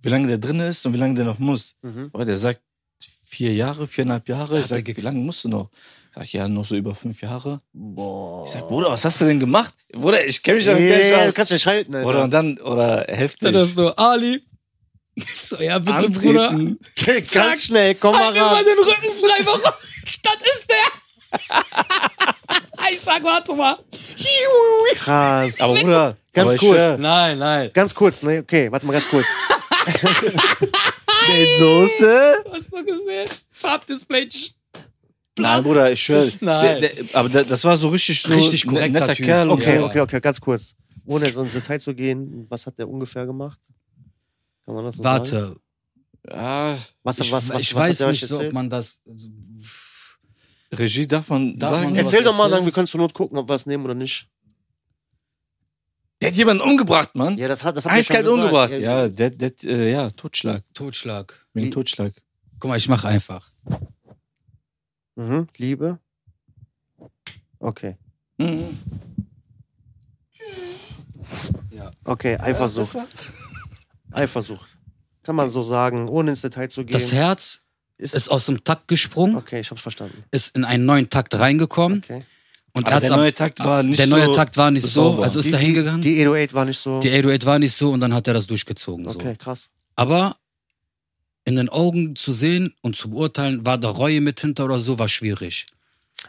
Speaker 3: wie lange der drin ist und wie lange der noch muss.
Speaker 2: Mhm.
Speaker 3: Aber der sagt vier Jahre, viereinhalb Jahre. Ich
Speaker 1: Hat er
Speaker 3: sag, wie lange musst du noch? Sag ich, ja, noch so über fünf Jahre.
Speaker 2: Boah.
Speaker 3: Ich sag, Bruder, was hast du denn gemacht? Bruder, ich kenne mich
Speaker 2: Ja,
Speaker 3: damit gar nicht
Speaker 2: du
Speaker 3: aus.
Speaker 2: kannst dich halten,
Speaker 3: Oder
Speaker 2: Alter.
Speaker 3: und dann, oder Hälfte.
Speaker 1: dann ist nur Ali. Ich so, ja, bitte,
Speaker 3: Antreten.
Speaker 1: Bruder. zack.
Speaker 2: Ganz schnell, komm mal
Speaker 1: Halt mir mal
Speaker 2: ran.
Speaker 1: den Rücken frei, warum? Das ist der! ich sag, warte mal.
Speaker 2: Krass.
Speaker 3: Aber Bruder,
Speaker 2: Ganz
Speaker 3: aber ich
Speaker 2: cool.
Speaker 3: schwör,
Speaker 1: Nein, nein.
Speaker 2: Ganz kurz, ne? Okay, warte mal ganz kurz.
Speaker 3: Mit Soße?
Speaker 1: Du hast noch gesehen. Farbdisplay.
Speaker 3: Nein, Bruder, ich schwöre.
Speaker 1: Nein.
Speaker 3: Aber da- das war so richtig so
Speaker 1: Richtig
Speaker 3: ein
Speaker 1: korrekter
Speaker 3: netter
Speaker 1: Typ.
Speaker 3: Kerl. und
Speaker 2: Okay,
Speaker 1: Ja.
Speaker 2: okay, okay, ganz kurz. Ohne jetzt ins Detail zu gehen, was hat der ungefähr gemacht? Kann man das so sagen?
Speaker 1: Warte,
Speaker 3: so. Ah,
Speaker 2: Was,
Speaker 1: ich,
Speaker 2: was, was,
Speaker 1: ich
Speaker 2: was hat
Speaker 1: weiß
Speaker 2: der euch
Speaker 1: nicht, so, ob
Speaker 2: erzählt?
Speaker 1: man das.
Speaker 3: Regie darf man
Speaker 1: Darf
Speaker 3: sagen?
Speaker 1: man sowas-
Speaker 2: Erzähl doch mal,
Speaker 1: erzählen?
Speaker 2: dann, wir können zur Not gucken, ob wir es nehmen oder nicht.
Speaker 3: Der hat jemanden umgebracht, Mann.
Speaker 2: Ja, das hat, das hat mir schon
Speaker 3: Eiskalt
Speaker 2: gesagt.
Speaker 3: umgebracht.
Speaker 2: Ja,
Speaker 3: Ja, der, der, äh, ja, Totschlag.
Speaker 1: Totschlag.
Speaker 3: Wegen
Speaker 2: Wie-
Speaker 3: Totschlag.
Speaker 1: Guck mal, ich mach einfach.
Speaker 2: Mhm, Liebe. Okay,
Speaker 1: Mhm.
Speaker 2: okay, Eifersucht. Eifersucht. Kann man so sagen, ohne ins Detail zu gehen.
Speaker 1: Das Herz
Speaker 2: ist,
Speaker 1: ist aus dem Takt gesprungen,
Speaker 2: okay, ich hab's verstanden.
Speaker 1: ist in einen neuen Takt reingekommen
Speaker 2: Okay.
Speaker 1: und er
Speaker 3: Aber
Speaker 1: hat's
Speaker 3: der
Speaker 1: am-
Speaker 3: neue Takt war nicht
Speaker 1: der neue
Speaker 3: so
Speaker 1: Takt war nicht so,
Speaker 3: sauber.
Speaker 1: also ist
Speaker 2: Die-
Speaker 1: da hingegangen. Die,
Speaker 2: Die 808 war nicht so.
Speaker 1: 808 war nicht so und dann hat er das durchgezogen. So.
Speaker 2: Okay, krass.
Speaker 1: Aber in den Augen zu sehen und zu beurteilen, war da Reue mit hinter oder so, war schwierig.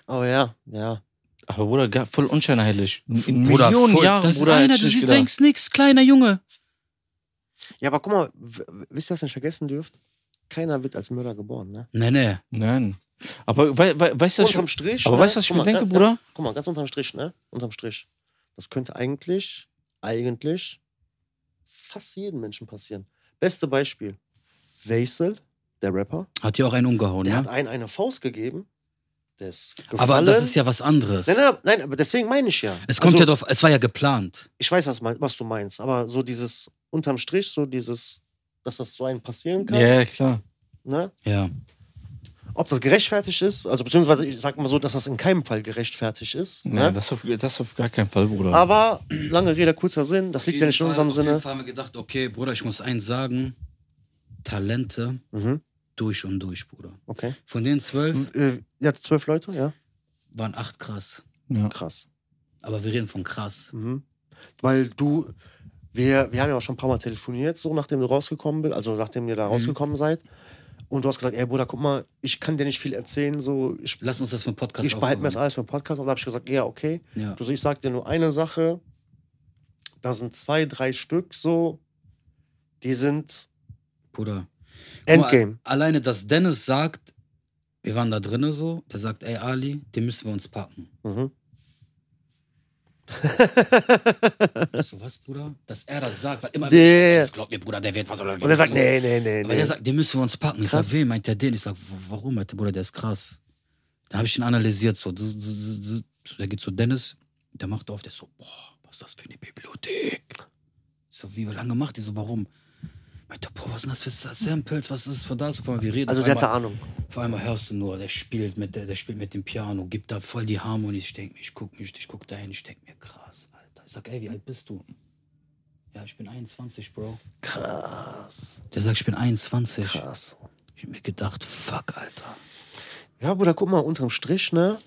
Speaker 2: Oh ja, ja.
Speaker 3: Aber Bruder, gar- voll unscheinheilig. In, in
Speaker 1: Bruder,
Speaker 3: Millionen
Speaker 1: voll-
Speaker 3: Jahren,
Speaker 1: das
Speaker 3: Bruder,
Speaker 1: ist einer,
Speaker 3: hätte
Speaker 1: du
Speaker 3: ich
Speaker 1: siehst,
Speaker 3: gedacht.
Speaker 1: denkst nix, kleiner Junge.
Speaker 2: Ja, aber guck mal, w- w- wisst ihr, was ihr nicht vergessen dürft? Keiner wird als Mörder geboren, ne?
Speaker 1: Nee, nee.
Speaker 3: Nein. Aber wei- wei- weißt du, was ich,
Speaker 2: unterm Strich.
Speaker 3: aber
Speaker 2: ne?
Speaker 3: weißt du, was ich
Speaker 2: Guck
Speaker 3: mir
Speaker 2: mal,
Speaker 3: denke,
Speaker 2: ganz,
Speaker 3: Bruder?
Speaker 2: Ganz, guck mal, ganz unterm Strich, ne? Unterm Strich. Das könnte eigentlich, eigentlich fast jedem Menschen passieren. Beste Beispiel: Wesel, der Rapper,
Speaker 1: Hat ja auch einen umgehauen,
Speaker 2: der hat
Speaker 1: ne?
Speaker 2: einen eine Faust gegeben. Der ist gefallen.
Speaker 1: Aber das ist ja was anderes.
Speaker 2: Nein, nein, nein, aber deswegen meine ich ja.
Speaker 1: Es kommt
Speaker 2: also,
Speaker 1: ja drauf, es war ja geplant.
Speaker 2: Ich weiß, was, mein- was du meinst, aber so dieses unterm Strich, so dieses, dass das so einem passieren kann.
Speaker 3: Ja, klar.
Speaker 2: Ne?
Speaker 1: Ja.
Speaker 2: Ob das gerechtfertigt ist, also beziehungsweise ich sag mal so, dass das in keinem Fall gerechtfertigt ist.
Speaker 3: Ja,
Speaker 2: ne?
Speaker 3: das, auf, das auf gar keinen Fall, Bruder.
Speaker 2: Aber lange Rede, kurzer Sinn, das liegt ja nicht in unserem
Speaker 1: auf jeden
Speaker 2: Sinne.
Speaker 1: Fall haben wir gedacht, okay, Bruder, ich muss eins sagen. Talente
Speaker 2: Mhm,
Speaker 1: durch und durch, Bruder.
Speaker 2: okay.
Speaker 1: Von den zwölf
Speaker 2: Äh, Ja, zwölf Leute, ja.
Speaker 1: waren acht krass.
Speaker 3: ja.
Speaker 2: Krass.
Speaker 1: Aber wir reden von krass.
Speaker 2: Mhm. Weil du, wir, wir haben ja auch schon ein paar Mal telefoniert, so nachdem du rausgekommen bist, also nachdem ihr da
Speaker 1: Mhm.
Speaker 2: rausgekommen seid. Und du hast gesagt, ey Bruder, guck mal, ich kann dir nicht viel erzählen, so ich,
Speaker 1: Lass uns das für einen Podcast
Speaker 2: ich behalte mir das
Speaker 1: aufbewahren.
Speaker 2: alles für den Podcast. Und da habe ich gesagt, ja, okay.
Speaker 1: Ja.
Speaker 2: Du, ich sag dir nur eine Sache. Da sind zwei, drei Stück so, die sind
Speaker 1: Bruder. Guck mal,
Speaker 2: Endgame.
Speaker 1: Alleine, dass Dennis sagt, wir waren da drinnen so, der sagt, ey Ali, den müssen wir uns packen.
Speaker 2: Mhm.
Speaker 1: Ich so, was, Bruder? Dass er das sagt, weil immer,
Speaker 2: Der-
Speaker 1: das glaubt mir, Bruder, der wird was.
Speaker 2: Und er sagt, nee, nee, nee,
Speaker 1: Aber
Speaker 2: nee.
Speaker 1: der sagt, den müssen wir uns packen. Ich
Speaker 2: Krass.
Speaker 1: sag, wen meint der den? Ich sag, "W- warum, meinte Bruder, der ist krass. Dann habe ich ihn analysiert so. zzz, zzz, zzz. Der geht zu Dennis, der macht auf, der so, boah, was ist das für eine Bibliothek? Ich so, wie lange macht die so, warum? Meint er, boah, was sind das für Samples, was ist das für das? Vor allem, wir reden
Speaker 2: also
Speaker 1: auf
Speaker 2: der hatte
Speaker 1: einmal-
Speaker 2: Ahnung.
Speaker 1: vor allem hörst du nur, der spielt mit, der, der spielt mit dem Piano, gibt da voll die Harmonies. Ich denke mir, ich guck mich, ich guck dahin, ich denke mir, krass, Alter. Ich sag, ey, wie alt bist du? Ja, ich bin 21, Bro.
Speaker 2: Krass.
Speaker 1: Der sagt, ich bin 21.
Speaker 2: Krass.
Speaker 1: Ich hab mir gedacht, fuck, Alter.
Speaker 2: Ja, Bruder, guck mal, unterm Strich, ne?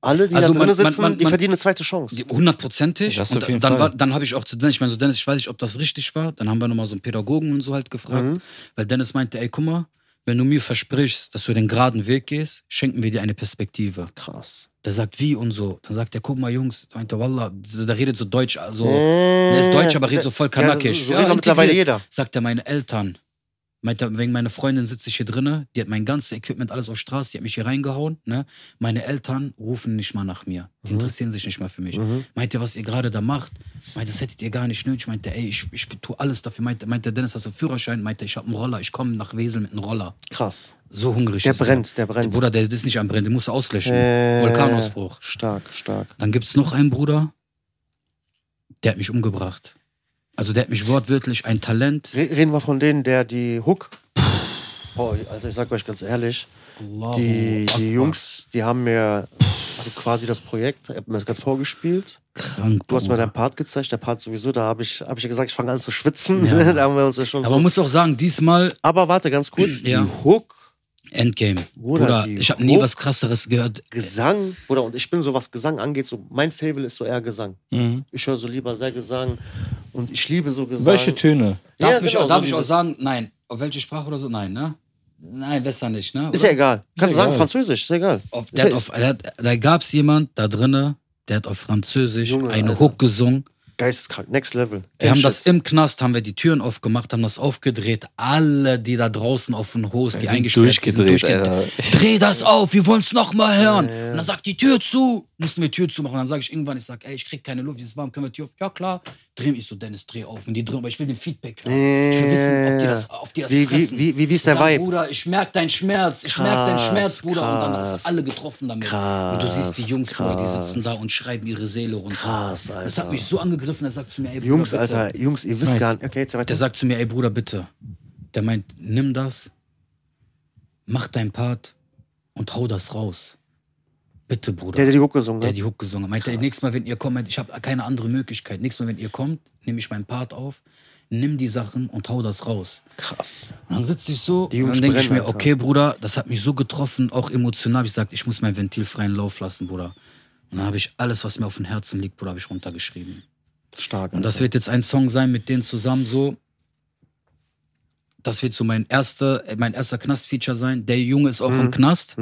Speaker 2: Alle, die
Speaker 1: Also man-
Speaker 2: da drin
Speaker 1: man-
Speaker 2: sitzen,
Speaker 1: man-
Speaker 2: die
Speaker 1: man-
Speaker 2: verdienen eine zweite Chance.
Speaker 1: Die- Hundertprozentig.
Speaker 3: Ja, das auf
Speaker 1: Und
Speaker 3: jeden
Speaker 1: dann
Speaker 3: Fall.
Speaker 1: war- dann habe ich auch zu Dennis, ich meine so, Dennis, ich weiß nicht, ob das richtig war. Dann haben wir nochmal so einen Pädagogen und so halt gefragt.
Speaker 3: Mhm.
Speaker 1: Weil Dennis meinte, ey, guck mal, wenn du mir versprichst, dass du den geraden Weg gehst, schenken wir dir eine Perspektive.
Speaker 2: Krass.
Speaker 1: Der sagt, wie und so. Dann sagt er, guck mal, Jungs, meint er, Wallah, so, der redet so deutsch, also,
Speaker 2: Äh,
Speaker 1: der ist deutsch, aber redet so voll
Speaker 2: ja,
Speaker 1: kanakisch.
Speaker 2: so- so redet mittlerweile
Speaker 1: integriert.
Speaker 2: jeder.
Speaker 1: Sagt er, meine Eltern, meint er, wegen meiner Freundin sitze ich hier drinne, die hat mein ganzes Equipment, alles auf Straße, die hat mich hier reingehauen, ne? Meine Eltern rufen nicht mal nach mir. Die
Speaker 2: Mhm.
Speaker 1: interessieren sich nicht mal für mich. Meint er, was ihr gerade da macht? Meint er, das hättet ihr gar nicht nötig. Meint er, ey, ich, ich tue alles dafür. Meint er, meint er, Dennis, hast du einen Führerschein? Meint er, ich hab einen Roller, ich komme nach Wesel mit einem Roller.
Speaker 2: Krass.
Speaker 1: So hungrig
Speaker 2: Der
Speaker 1: ist er.
Speaker 2: brennt, der brennt.
Speaker 1: Bruder, der ist nicht am Brennen, den musst du auslöschen.
Speaker 2: Äh,
Speaker 1: Hm. Vulkanausbruch.
Speaker 2: Stark, stark.
Speaker 1: Dann gibt es noch einen Bruder, der hat mich umgebracht. Also der hat mich wortwörtlich ein Talent.
Speaker 2: Re reden wir von denen, der die Hook. Boah, also ich sag euch ganz ehrlich,
Speaker 1: Oh,
Speaker 2: die, die Jungs, die haben mir so quasi das Projekt, ich hab mir das gerade vorgespielt.
Speaker 1: Krank,
Speaker 2: Du hast mir
Speaker 1: Bruder.
Speaker 2: deinen Part gezeigt, der Part sowieso, da habe ich, hab ich ja gesagt, ich fange an zu schwitzen.
Speaker 1: Ja.
Speaker 2: da haben wir uns ja schon
Speaker 1: Aber
Speaker 2: so.
Speaker 1: man muss auch sagen, diesmal
Speaker 2: Aber warte ganz kurz,
Speaker 1: Ja.
Speaker 2: die Hook,
Speaker 1: Endgame.
Speaker 2: Bruder,
Speaker 1: Bruder,
Speaker 2: die
Speaker 1: ich habe nie
Speaker 2: Hook-
Speaker 1: was krasseres gehört.
Speaker 2: Gesang, Bruder, und ich bin so, was Gesang angeht, so mein Fable ist so eher Gesang.
Speaker 3: Mhm.
Speaker 2: Ich höre so lieber sehr Gesang und ich liebe so Gesang.
Speaker 3: Welche Töne?
Speaker 2: Ja,
Speaker 1: Darf, mich,
Speaker 2: genau,
Speaker 1: auch- darf
Speaker 2: so
Speaker 1: ich auch
Speaker 2: dieses-
Speaker 1: sagen, nein. Auf welche Sprache oder so? Nein, ne? Nein, besser nicht, ne?
Speaker 2: Ist ja
Speaker 1: Oder?
Speaker 2: egal. Kannst du
Speaker 3: egal.
Speaker 2: sagen, Französisch, ist egal.
Speaker 1: Auf,
Speaker 2: Ist
Speaker 1: der hat
Speaker 2: ja-
Speaker 1: auf, der hat, da gab es jemand da drinne, der hat auf Französisch
Speaker 2: Junge,
Speaker 1: eine
Speaker 2: Alter.
Speaker 1: Hook gesungen.
Speaker 2: Geisteskrank, next level.
Speaker 1: Wir haben das
Speaker 2: Shit.
Speaker 1: im Knast, haben wir die Türen aufgemacht, haben das aufgedreht. Alle, die da draußen auf den Host, die
Speaker 3: sind
Speaker 1: eingesperrt sind, sind
Speaker 3: durchgedreht,
Speaker 1: durchgedreht. Dreh das auf, wir wollen es nochmal hören. Und dann sagt die Tür zu. Mussten wir Tür zumachen. Dann sage ich irgendwann, ich sage, ey, ich krieg keine Luft, es ist warm, können wir Tür auf? Ja, klar. Dreh mich so, Dennis, dreh auf. Und die drehen, aber ich will den Feedback hören. Ich will wissen, ob die das, ob die das
Speaker 2: Wie- wie-
Speaker 1: fressen.
Speaker 2: wie- wie- wie ist der
Speaker 1: Die sagen,
Speaker 2: Vibe?
Speaker 1: Bruder, ich merke deinen Schmerz, ich merke deinen
Speaker 2: Krass,
Speaker 1: Schmerz, Bruder. Und dann
Speaker 2: krass.
Speaker 1: hast du alle getroffen damit.
Speaker 2: Krass,
Speaker 1: und du siehst die Jungs, Bruder, die
Speaker 2: krass.
Speaker 1: sitzen da und schreiben ihre Seele runter.
Speaker 2: Krass,
Speaker 1: Das
Speaker 2: Alter.
Speaker 1: hat mich so angegriffen, er sagt zu mir, ey, Bruder,
Speaker 2: Jungs,
Speaker 1: bitte.
Speaker 2: Alter, Jungs, ihr wisst
Speaker 3: Nein.
Speaker 2: gar nicht. Okay, jetzt
Speaker 1: Der
Speaker 2: weiter.
Speaker 1: sagt zu mir, ey Bruder, bitte. Der meint, nimm das, mach dein Part und hau das raus. Bitte, Bruder.
Speaker 2: Der, der die Hook gesungen
Speaker 1: Der
Speaker 2: hat.
Speaker 1: die Hook gesungen hat. Meinte, ey, nächstes Mal, wenn ihr kommt, meinte, ich habe keine andere Möglichkeit. Nächstes Mal, wenn ihr kommt, nehme ich meinen Part auf, nimm die Sachen und hau das raus.
Speaker 2: Krass.
Speaker 1: Und dann sitze ich so
Speaker 2: Die Jungs
Speaker 1: und dann denke ich
Speaker 2: brennen, halt,
Speaker 1: mir,
Speaker 2: Alter.
Speaker 1: okay, Bruder, das hat mich so getroffen, auch emotional. hab Ich gesagt, ich muss mein Ventil freien Lauf lassen, Bruder. Und dann habe ich alles, was mir auf dem Herzen liegt, Bruder, habe ich runtergeschrieben.
Speaker 2: Stark.
Speaker 1: Und das
Speaker 2: Alter.
Speaker 1: wird jetzt ein Song sein mit denen zusammen so. Das wird so mein erster, äh, mein erster Knast-Feature sein. Der Junge ist auch
Speaker 2: Mhm.
Speaker 1: im Knast.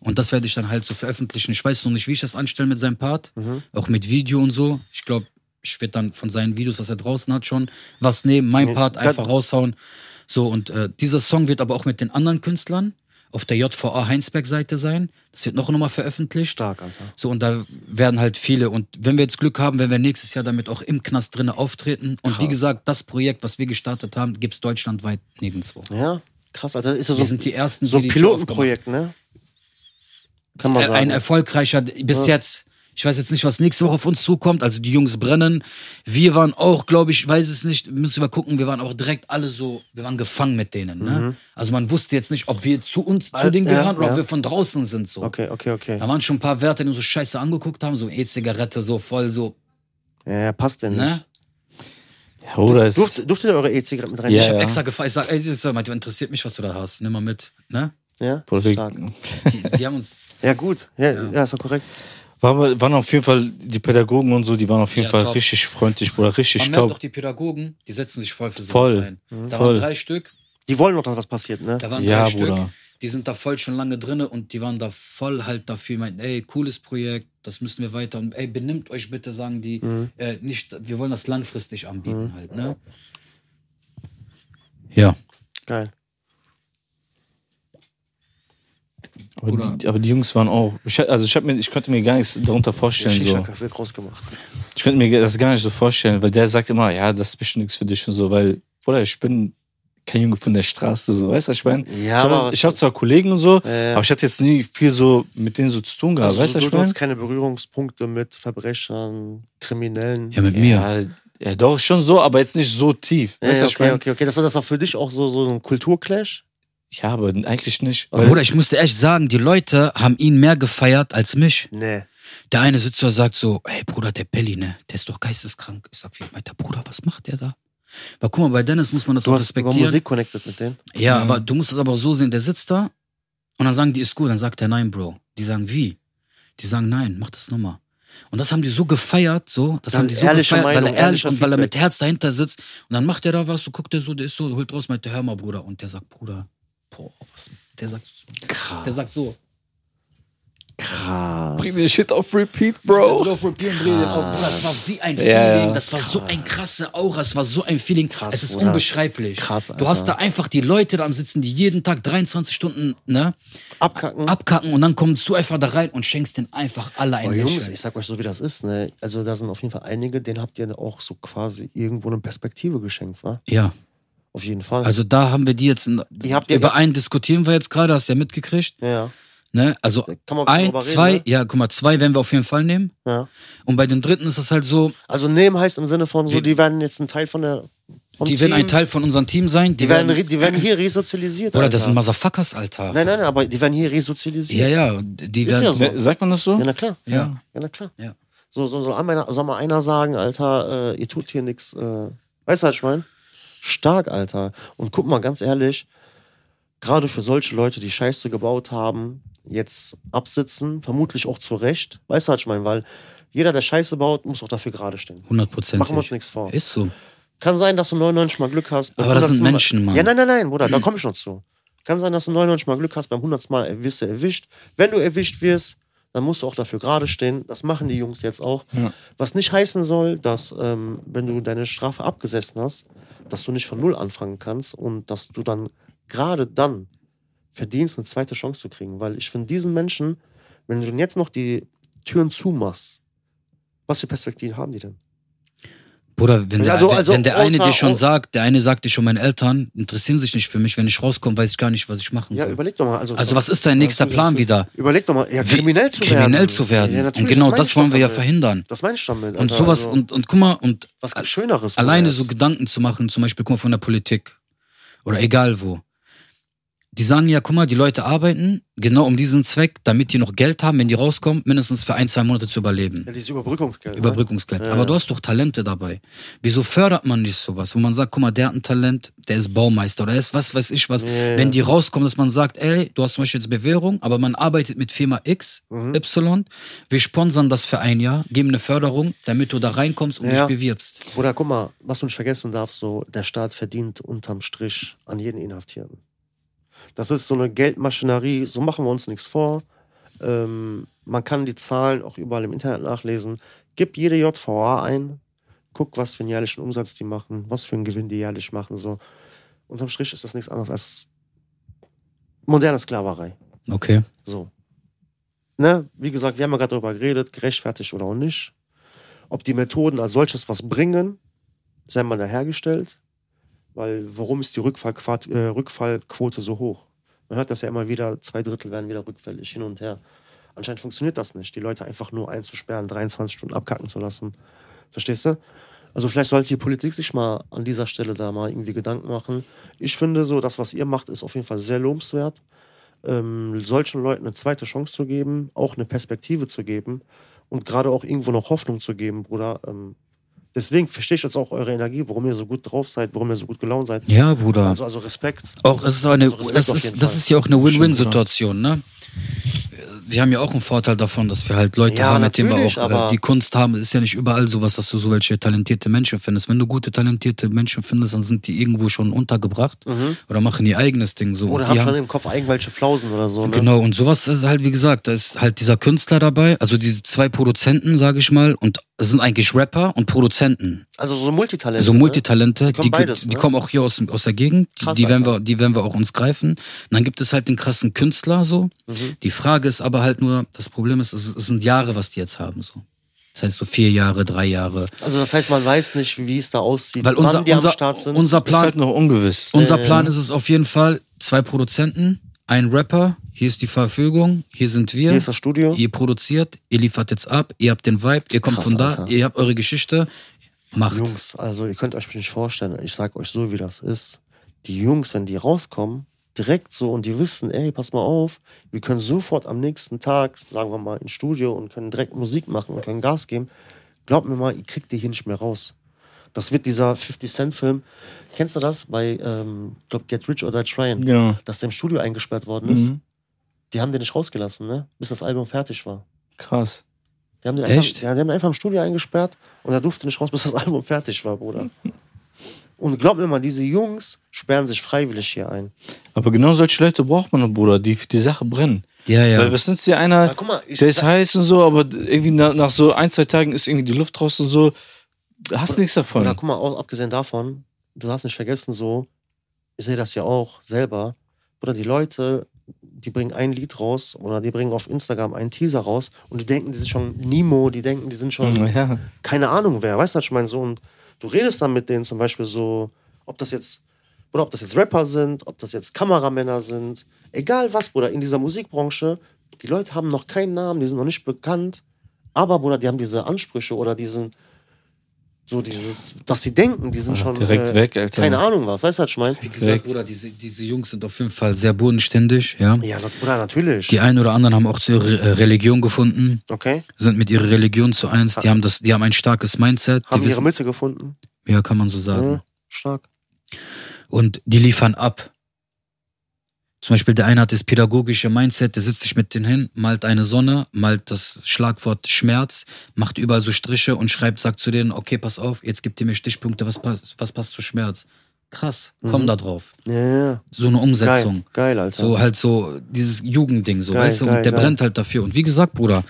Speaker 1: Und das werde ich dann halt so veröffentlichen. Ich weiß noch nicht, wie ich das anstelle mit seinem Part.
Speaker 2: Mhm.
Speaker 1: Auch mit Video und so. Ich glaube, ich werde dann von seinen Videos, was er draußen hat, schon was nehmen, mein Part
Speaker 2: dann-
Speaker 1: einfach raushauen. So, und äh, dieser Song wird aber auch mit den anderen Künstlern. auf der JVA Heinsberg-Seite sein. Das wird noch nochmal veröffentlicht.
Speaker 2: Stark, Alter.
Speaker 1: So, und da werden halt viele. Und wenn wir jetzt Glück haben, werden wir nächstes Jahr damit auch im Knast drinne auftreten. Und wie gesagt, das Projekt, was wir gestartet haben, gibt es deutschlandweit nirgendwo.
Speaker 2: Ja, krass, Alter. Das ist ja so,
Speaker 1: Wir sind die ersten,
Speaker 2: so
Speaker 1: die
Speaker 2: ein
Speaker 1: die Tür
Speaker 2: Pilotenprojekt, ne? Kann man
Speaker 1: Äh, ein
Speaker 2: sagen.
Speaker 1: erfolgreicher bis jetzt. Ich weiß jetzt nicht, was nächste Woche auf uns zukommt. Also die Jungs brennen. Wir waren auch, glaube ich, weiß es nicht, müssen wir gucken. Wir waren auch direkt alle so, wir waren gefangen mit denen. Ne? Also man wusste jetzt nicht, ob wir zu uns, zu
Speaker 2: Al-
Speaker 1: denen
Speaker 2: Mhm. ja,
Speaker 1: gehören oder
Speaker 2: ja.
Speaker 1: ob wir von draußen sind. So.
Speaker 2: okay, okay, okay.
Speaker 1: Da waren schon ein paar Werte, die uns so scheiße angeguckt haben. So E-Zigarette, so voll, so,
Speaker 2: Ja, ja, passt denn nicht.
Speaker 1: ne?
Speaker 3: Ja, Bruder ist.
Speaker 2: Durft, durftet ihr eure E-Zigaretten mit rein?
Speaker 3: Ja,
Speaker 1: Ich habe
Speaker 3: ja.
Speaker 1: extra gefragt, ich sag, ey, das meinte, interessiert mich, was du da hast. Nimm mal mit. Ne?
Speaker 2: ja?
Speaker 3: Bruder, wir-
Speaker 2: Stark.
Speaker 1: Die, die haben uns.
Speaker 2: ja gut. Ja, ja. ist doch korrekt.
Speaker 3: Waren, wir- waren auf jeden Fall, die Pädagogen und so, die waren auf jeden
Speaker 1: Ja,
Speaker 3: Fall
Speaker 1: top.
Speaker 3: richtig freundlich, Bruder, richtig
Speaker 1: Man merkt
Speaker 3: top.
Speaker 1: doch die Pädagogen, die setzen sich voll für sowas
Speaker 3: Voll. Mhm.
Speaker 1: ein. Da
Speaker 3: Voll.
Speaker 1: waren drei Stück.
Speaker 2: Die wollen doch, dass was passiert, ne?
Speaker 1: Da waren
Speaker 3: Ja,
Speaker 1: drei
Speaker 3: Bruder.
Speaker 1: Stück. Die sind da voll schon lange drin und die waren da voll halt dafür, meinten, ey, cooles Projekt, das müssen wir weiter. Und ey, benimmt euch bitte, sagen die,
Speaker 3: Mhm.
Speaker 1: äh, nicht, wir wollen das langfristig anbieten halt, ne? Ja.
Speaker 2: Geil.
Speaker 3: Aber
Speaker 1: Bruder.
Speaker 3: die, aber die Jungs waren auch. Ich, hab- also ich, hab mir, ich konnte mir gar nichts darunter vorstellen.
Speaker 2: Shisha
Speaker 3: So.
Speaker 2: Café wird groß gemacht.
Speaker 3: Ich könnte mir das gar nicht so vorstellen, weil der sagt immer, ja, das ist bestimmt nichts für dich und so, weil, Bruder, ich bin kein Junge von der Straße, so, weißt du, was ich meine?
Speaker 2: Ja,
Speaker 3: ich
Speaker 2: aber
Speaker 3: habe
Speaker 2: was-
Speaker 3: hab zwar Kollegen und so,
Speaker 2: Ja, ja.
Speaker 3: aber ich hatte jetzt nie viel so mit denen so zu tun gehabt,
Speaker 2: Also,
Speaker 3: weißt du, was
Speaker 2: du,
Speaker 3: ich
Speaker 2: du
Speaker 3: meine?
Speaker 2: hast keine Berührungspunkte mit Verbrechern, Kriminellen.
Speaker 1: Ja, mit mir.
Speaker 3: Ja, ja, doch, schon so, aber jetzt nicht so tief,
Speaker 2: Ja,
Speaker 3: weißt du,
Speaker 2: ja,
Speaker 3: was ich
Speaker 2: okay,
Speaker 3: meine?
Speaker 2: okay, okay. Das war, das war für dich auch so, so ein Kulturclash.
Speaker 3: Ja, aber eigentlich nicht.
Speaker 1: Aber Bruder, ich musste echt sagen, die Leute haben ihn mehr gefeiert als mich.
Speaker 2: Nee.
Speaker 1: Der eine sitzt da und sagt so, hey Bruder, der Pelli, ne? Der ist doch geisteskrank. Ich sag, wie meint der Bruder, was macht der da? Aber guck mal, bei Dennis muss man das
Speaker 2: Du
Speaker 1: auch
Speaker 2: hast über
Speaker 1: respektieren.
Speaker 2: Musik connected mit denen.
Speaker 1: Ja, aber du musst es aber so sehen, der sitzt da und dann sagen die, ist gut, dann sagt er nein, Bro. Die sagen, wie? Die sagen, nein, mach das nochmal. Und das haben die so gefeiert, so, das,
Speaker 2: Das
Speaker 1: haben die
Speaker 2: ist
Speaker 1: so
Speaker 2: ehrliche
Speaker 1: gefeiert, weil
Speaker 2: Meinung,
Speaker 1: er ehrlich
Speaker 2: ehrlicher
Speaker 1: und weil er
Speaker 2: Feedback.
Speaker 1: mit Herz dahinter sitzt. Und dann macht er da was, so guckt er so, der ist so, holt raus, meint, hör mal, Bruder. Und der sagt, Bruder, boah, was, der sagt, der sagt so,
Speaker 2: Krass.
Speaker 3: Bring mir Shit auf Repeat,
Speaker 1: Der drauf repeaten, dreh den auf, Bruder, das war wie
Speaker 2: Ah.
Speaker 1: ein Feeling,
Speaker 3: Ja, ja.
Speaker 1: das war so ein krasse Aura, es war so ein Feeling,
Speaker 2: Krass,
Speaker 1: es ist
Speaker 2: Bruder.
Speaker 1: unbeschreiblich.
Speaker 2: Krass,
Speaker 1: du hast da
Speaker 2: Alter.
Speaker 1: einfach die Leute da am Sitzen, die jeden Tag 23 Stunden, ne,
Speaker 2: Abkacken.
Speaker 1: abkacken und dann kommst du einfach da rein und schenkst den einfach alle ein
Speaker 2: Aber Jungs,
Speaker 1: Lächeln.
Speaker 2: ich sag euch so, wie das ist. Ne? Also da sind auf jeden Fall einige, denen habt ihr auch so quasi irgendwo eine Perspektive geschenkt, wa?
Speaker 1: Ja,
Speaker 2: Auf jeden Fall.
Speaker 1: also da haben wir die jetzt, in,
Speaker 2: Ihr habt ja-
Speaker 1: über einen diskutieren wir jetzt gerade, hast du ja mitgekriegt,
Speaker 2: ja,
Speaker 1: ne, also
Speaker 2: kann man ein bisschen
Speaker 1: ein,
Speaker 2: drüber reden,
Speaker 1: zwei,
Speaker 2: ne?
Speaker 1: ja, guck mal, zwei werden wir auf jeden Fall nehmen
Speaker 2: ja.
Speaker 1: und bei den dritten ist das halt so,
Speaker 2: Also nehmen heißt im Sinne von so,
Speaker 1: Wir-
Speaker 2: die werden jetzt ein Teil von der. Vom
Speaker 1: die
Speaker 2: Team,
Speaker 1: werden ein Teil von unserem Team sein,
Speaker 2: Die werden, re- die werden hier resozialisiert.
Speaker 1: oder
Speaker 2: Alter.
Speaker 1: das sind Motherfuckers, Alter.
Speaker 2: Nein, nein, nein, aber die werden hier resozialisiert.
Speaker 1: Ja, ja, die
Speaker 2: Ist
Speaker 1: werden,
Speaker 2: ja so.
Speaker 3: Ne, sagt man das so?
Speaker 2: Ja, na klar.
Speaker 1: Ja.
Speaker 2: ja na klar.
Speaker 1: Ja.
Speaker 2: So, so soll, einer, soll mal einer sagen, Alter, äh, ihr tut hier nichts. Äh, weißt du, was ich meine? Stark, Alter. Und guck mal, ganz ehrlich, gerade für solche Leute, die Scheiße gebaut haben, jetzt absitzen, vermutlich auch zu Recht. Weißt du, was ich meine? Weil jeder, der Scheiße baut, muss auch dafür gerade stehen. Machen wir uns
Speaker 1: hundertprozentig.
Speaker 2: nichts vor.
Speaker 1: Ist so.
Speaker 2: Kann sein, dass du 99 mal Glück hast. beim
Speaker 1: Aber das sind
Speaker 2: 100. Mal-
Speaker 1: Menschen, Mann.
Speaker 2: Ja, nein, nein, nein, Bruder, da komme ich noch zu. Kann sein, dass du 99 mal Glück hast, beim 100 Mal er- wirst du erwischt. Wenn du erwischt wirst, dann musst du auch dafür gerade stehen. Das machen die Jungs jetzt auch. Was nicht heißen soll, dass, ähm, wenn du deine Strafe abgesessen hast, dass du nicht von Null anfangen kannst und dass du dann gerade dann verdienst, eine zweite Chance zu kriegen. Weil ich finde, diesen Menschen, wenn du jetzt noch die Türen zumachst, was für Perspektiven haben die denn?
Speaker 1: Bruder, wenn der,
Speaker 2: Also-
Speaker 1: der-
Speaker 2: also
Speaker 1: wenn der eine
Speaker 2: außer-
Speaker 1: dir schon
Speaker 2: au-
Speaker 1: sagt, der eine sagt dir schon, meine Eltern interessieren sich nicht für mich, wenn ich rauskomme, weiß ich gar nicht, was ich machen
Speaker 2: Ja,
Speaker 1: soll.
Speaker 2: überleg doch mal. Also,
Speaker 1: Also was ist dein nächster Plan wieder?
Speaker 2: Überleg doch mal, ja,
Speaker 1: Wie-
Speaker 2: kriminell zu werden.
Speaker 1: Kriminell zu werden.
Speaker 2: Ja,
Speaker 1: und
Speaker 2: natürlich,
Speaker 1: genau
Speaker 2: meine
Speaker 1: das
Speaker 2: ich
Speaker 1: wollen
Speaker 2: doch
Speaker 1: wir ja
Speaker 2: damit.
Speaker 1: verhindern.
Speaker 2: Das meine ich damit.
Speaker 1: Und
Speaker 2: Alter,
Speaker 1: sowas,
Speaker 2: also,
Speaker 1: und, und guck mal, und
Speaker 2: Was gibt's Schöneres? Bruder,
Speaker 1: alleine
Speaker 2: jetzt?
Speaker 1: so Gedanken zu machen, zum Beispiel, guck mal, von der Politik oder egal wo. Die sagen ja, guck mal, die Leute arbeiten genau um diesen Zweck, damit die noch Geld haben, wenn die rauskommen, mindestens für ein, zwei Monate zu überleben.
Speaker 2: Ja, dieses Überbrückungsgeld.
Speaker 1: Überbrückungsgeld. Aber du hast doch Talente dabei. Wieso fördert man nicht sowas, wo man sagt, guck mal, der hat ein Talent, der ist Baumeister oder ist was weiß ich was. Wenn die rauskommen, dass man sagt, ey, du hast zum Beispiel jetzt Bewährung, aber man arbeitet mit Firma X,
Speaker 2: Mhm.
Speaker 1: Y, wir sponsern das für ein Jahr, geben eine Förderung, damit du da reinkommst und
Speaker 2: Ja.
Speaker 1: dich bewirbst.
Speaker 2: Ne? Bruder, guck mal, was du nicht vergessen darfst, so, der Staat verdient unterm Strich an jeden Inhaftierten. Das ist so eine Geldmaschinerie, so machen wir uns nichts vor. Ähm, man kann die Zahlen auch überall im Internet nachlesen. Gib jede JVA ein, guck, was für einen jährlichen Umsatz die machen, was für einen Gewinn die jährlich machen. So. Unterm Strich ist das nichts anderes als moderne Sklaverei.
Speaker 1: Okay.
Speaker 2: So. Ne? Wie gesagt, wir haben ja gerade darüber geredet, gerechtfertigt oder auch nicht. Ob die Methoden als solches was bringen, sei mal dahergestellt. Weil warum ist die Rückfallquat- äh, Rückfallquote so hoch? Man hört das ja immer wieder, zwei Drittel werden wieder rückfällig, hin und her. Anscheinend funktioniert das nicht, die Leute einfach nur einzusperren, 23 Stunden abkacken zu lassen. Verstehst du? Also vielleicht sollte die Politik sich mal an dieser Stelle da mal irgendwie Gedanken machen. Ich finde so, das, was ihr macht, ist auf jeden Fall sehr lobenswert. Ähm, solchen Leuten eine zweite Chance zu geben, auch eine Perspektive zu geben und gerade auch irgendwo noch Hoffnung zu geben, Bruder. Ähm, deswegen verstehe ich jetzt auch eure Energie, warum ihr so gut drauf seid, warum ihr so gut gelaunt seid.
Speaker 1: Ja, Bruder.
Speaker 2: Also, also Respekt.
Speaker 1: Auch, es ist auch eine,
Speaker 2: Also Respekt
Speaker 1: es
Speaker 2: auf
Speaker 1: ist,
Speaker 2: jeden
Speaker 1: das
Speaker 2: Fall. genau.
Speaker 1: ist ja auch eine Win-Win-Situation, ne? Wir haben ja auch einen Vorteil davon, dass wir halt Leute
Speaker 2: Ja,
Speaker 1: haben, mit denen wir
Speaker 2: natürlich,
Speaker 1: auch äh,
Speaker 2: aber-
Speaker 1: die Kunst haben. Es ist ja nicht überall sowas, dass du so welche talentierte Menschen findest. Wenn du gute, talentierte Menschen findest, dann sind die irgendwo schon untergebracht oder machen ihr eigenes Ding so.
Speaker 2: Mhm. Oder
Speaker 1: Und die
Speaker 2: habt schon ne? im Kopf irgendwelche Flausen oder so. Ne?
Speaker 1: Genau, und sowas ist halt, wie gesagt, da ist halt dieser Künstler dabei, also diese zwei Produzenten, sage ich mal, und es sind eigentlich Rapper und Produzenten.
Speaker 2: Also so Multitalente.
Speaker 1: Also
Speaker 2: ne?
Speaker 1: Multitalente, die,
Speaker 2: Die kommen
Speaker 1: die,
Speaker 2: beides, ne?
Speaker 1: kommen auch hier aus, aus der Gegend, die,
Speaker 2: Krass,
Speaker 1: die, werden wir,
Speaker 2: Alter.
Speaker 1: die werden wir auch uns greifen. Und dann gibt es halt den krassen Künstler so.
Speaker 2: Mhm.
Speaker 1: Die Frage ist aber halt nur, das Problem ist, es, es sind Jahre, was die jetzt haben so. Das heißt so vier Jahre, drei Jahre.
Speaker 2: Also das heißt, man weiß nicht, wie es da aussieht,
Speaker 1: Weil unser,
Speaker 2: wann die am
Speaker 1: unser,
Speaker 2: Start sind.
Speaker 1: unser Plan,
Speaker 3: Ist halt noch ungewiss.
Speaker 1: unser
Speaker 2: Äh.
Speaker 1: Plan ist es auf jeden Fall, zwei Produzenten, ein Rapper, hier ist die Verfügung, hier sind wir.
Speaker 2: Hier ist das Studio.
Speaker 1: Ihr produziert, ihr liefert jetzt ab, ihr habt den Vibe, ihr kommt
Speaker 2: Krass,
Speaker 1: von da,
Speaker 2: Alter.
Speaker 1: ihr habt eure Geschichte, macht.
Speaker 2: Jungs, also ihr könnt euch nicht vorstellen, ich sag euch so, wie das ist. Die Jungs, wenn die rauskommen, direkt so und die wissen, ey, pass mal auf, wir können sofort am nächsten Tag, sagen wir mal, ins Studio und können direkt Musik machen und können Gas geben. Glaubt mir mal, ihr kriegt die hier nicht mehr raus. Das wird dieser 50-Cent-Film. Kennst du das bei, ähm, ich glaub, Get Rich or Die Tryin'?
Speaker 3: Genau.
Speaker 2: Dass der im Studio eingesperrt worden ist.
Speaker 3: Mhm.
Speaker 2: Die haben den nicht rausgelassen, ne? Bis das Album fertig war.
Speaker 3: Krass.
Speaker 2: Die haben den
Speaker 1: Echt?
Speaker 2: einfach, ja, die haben den einfach im Studio eingesperrt und er durfte nicht raus, bis das Album fertig war, Bruder. Und glaub mir mal, diese Jungs sperren sich freiwillig hier ein.
Speaker 3: Aber genau solche Leute braucht man, Bruder, die für die Sache brennen.
Speaker 1: Ja,
Speaker 3: Weil
Speaker 1: ja.
Speaker 3: was nützt dir einer,
Speaker 2: Na, guck mal, ich
Speaker 3: der ist
Speaker 2: sag-
Speaker 3: heiß und so, aber irgendwie nach, nach so ein, zwei Tagen ist irgendwie die Luft raus und so. Hast nichts davon.
Speaker 2: Oder guck mal, auch abgesehen davon, du hast nicht vergessen, so, ich sehe das ja auch selber, oder die Leute, die bringen ein Lied raus oder die bringen auf Instagram einen Teaser raus und die denken, die sind schon Nemo, die denken, die sind schon
Speaker 3: Hm, ja.
Speaker 2: keine Ahnung wer, weißt du, was ich meine? So, und du redest dann mit denen zum Beispiel so, ob das jetzt, oder ob das jetzt Rapper sind, ob das jetzt Kameramänner sind, egal was, Bruder, in dieser Musikbranche, die Leute haben noch keinen Namen, die sind noch nicht bekannt, aber, Bruder, die haben diese Ansprüche oder diesen, so dieses, dass sie denken, die sind
Speaker 3: Ah,
Speaker 2: schon, äh,
Speaker 3: direkt weg, Alter.
Speaker 2: keine Ahnung was, weißt du, was ich meine?
Speaker 1: Wie gesagt, Bruder, diese, diese Jungs sind auf jeden Fall sehr bodenständig, ja.
Speaker 2: Ja, Bruder, natürlich.
Speaker 1: Die einen oder anderen haben auch zu ihrer äh, Religion gefunden,
Speaker 2: okay,
Speaker 1: sind mit ihrer Religion zu eins, die haben das, die haben ein starkes Mindset,
Speaker 2: haben
Speaker 1: die
Speaker 2: ihre Mhm.
Speaker 1: wissen,
Speaker 2: Mütze gefunden,
Speaker 1: ja, kann man so sagen.
Speaker 2: ja, stark.
Speaker 1: Und die liefern ab. Zum Beispiel der eine hat das pädagogische Mindset, der sitzt sich mit denen hin, malt eine Sonne, malt das Schlagwort Schmerz, macht überall so Striche und schreibt, sagt zu denen, okay, pass auf, jetzt gibt ihr mir Stichpunkte, was passt, was passt zu Schmerz. Krass, komm da drauf.
Speaker 2: Ja, ja, ja.
Speaker 1: So eine Umsetzung.
Speaker 2: Mhm. geil, geil, Alter.
Speaker 1: So halt so dieses Jugendding, so
Speaker 2: Geil,
Speaker 1: weißt du,
Speaker 2: geil,
Speaker 1: und der
Speaker 2: geil.
Speaker 1: brennt halt dafür. Und wie gesagt, Bruder,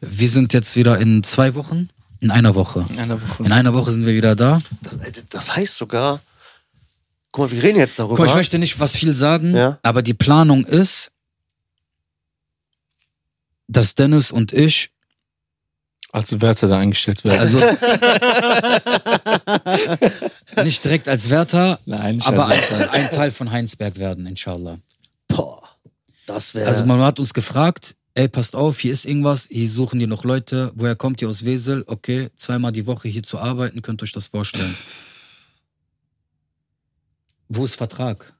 Speaker 1: wir sind jetzt wieder in zwei Wochen, in einer Woche.
Speaker 3: In einer Woche.
Speaker 1: In einer Woche sind wir wieder da.
Speaker 2: Das, äh, das heißt sogar, guck mal, wir reden jetzt darüber.
Speaker 1: Guck, mal, ich möchte nicht was viel sagen,
Speaker 2: Ja.
Speaker 1: aber die Planung ist, dass Dennis und ich,
Speaker 3: Als Wärter da eingestellt werden.
Speaker 1: also nicht direkt als Wärter,
Speaker 3: Nein,
Speaker 1: aber
Speaker 3: Scheiße.
Speaker 1: ein, ein Teil von Heinsberg werden, inshallah.
Speaker 2: Boah, das wäre.
Speaker 1: Also man hat uns gefragt, ey, passt auf, hier ist irgendwas, hier suchen die noch Leute, woher kommt ihr aus Wesel? Okay, zweimal die Woche hier zu arbeiten, könnt euch das vorstellen. Wo ist Vertrag?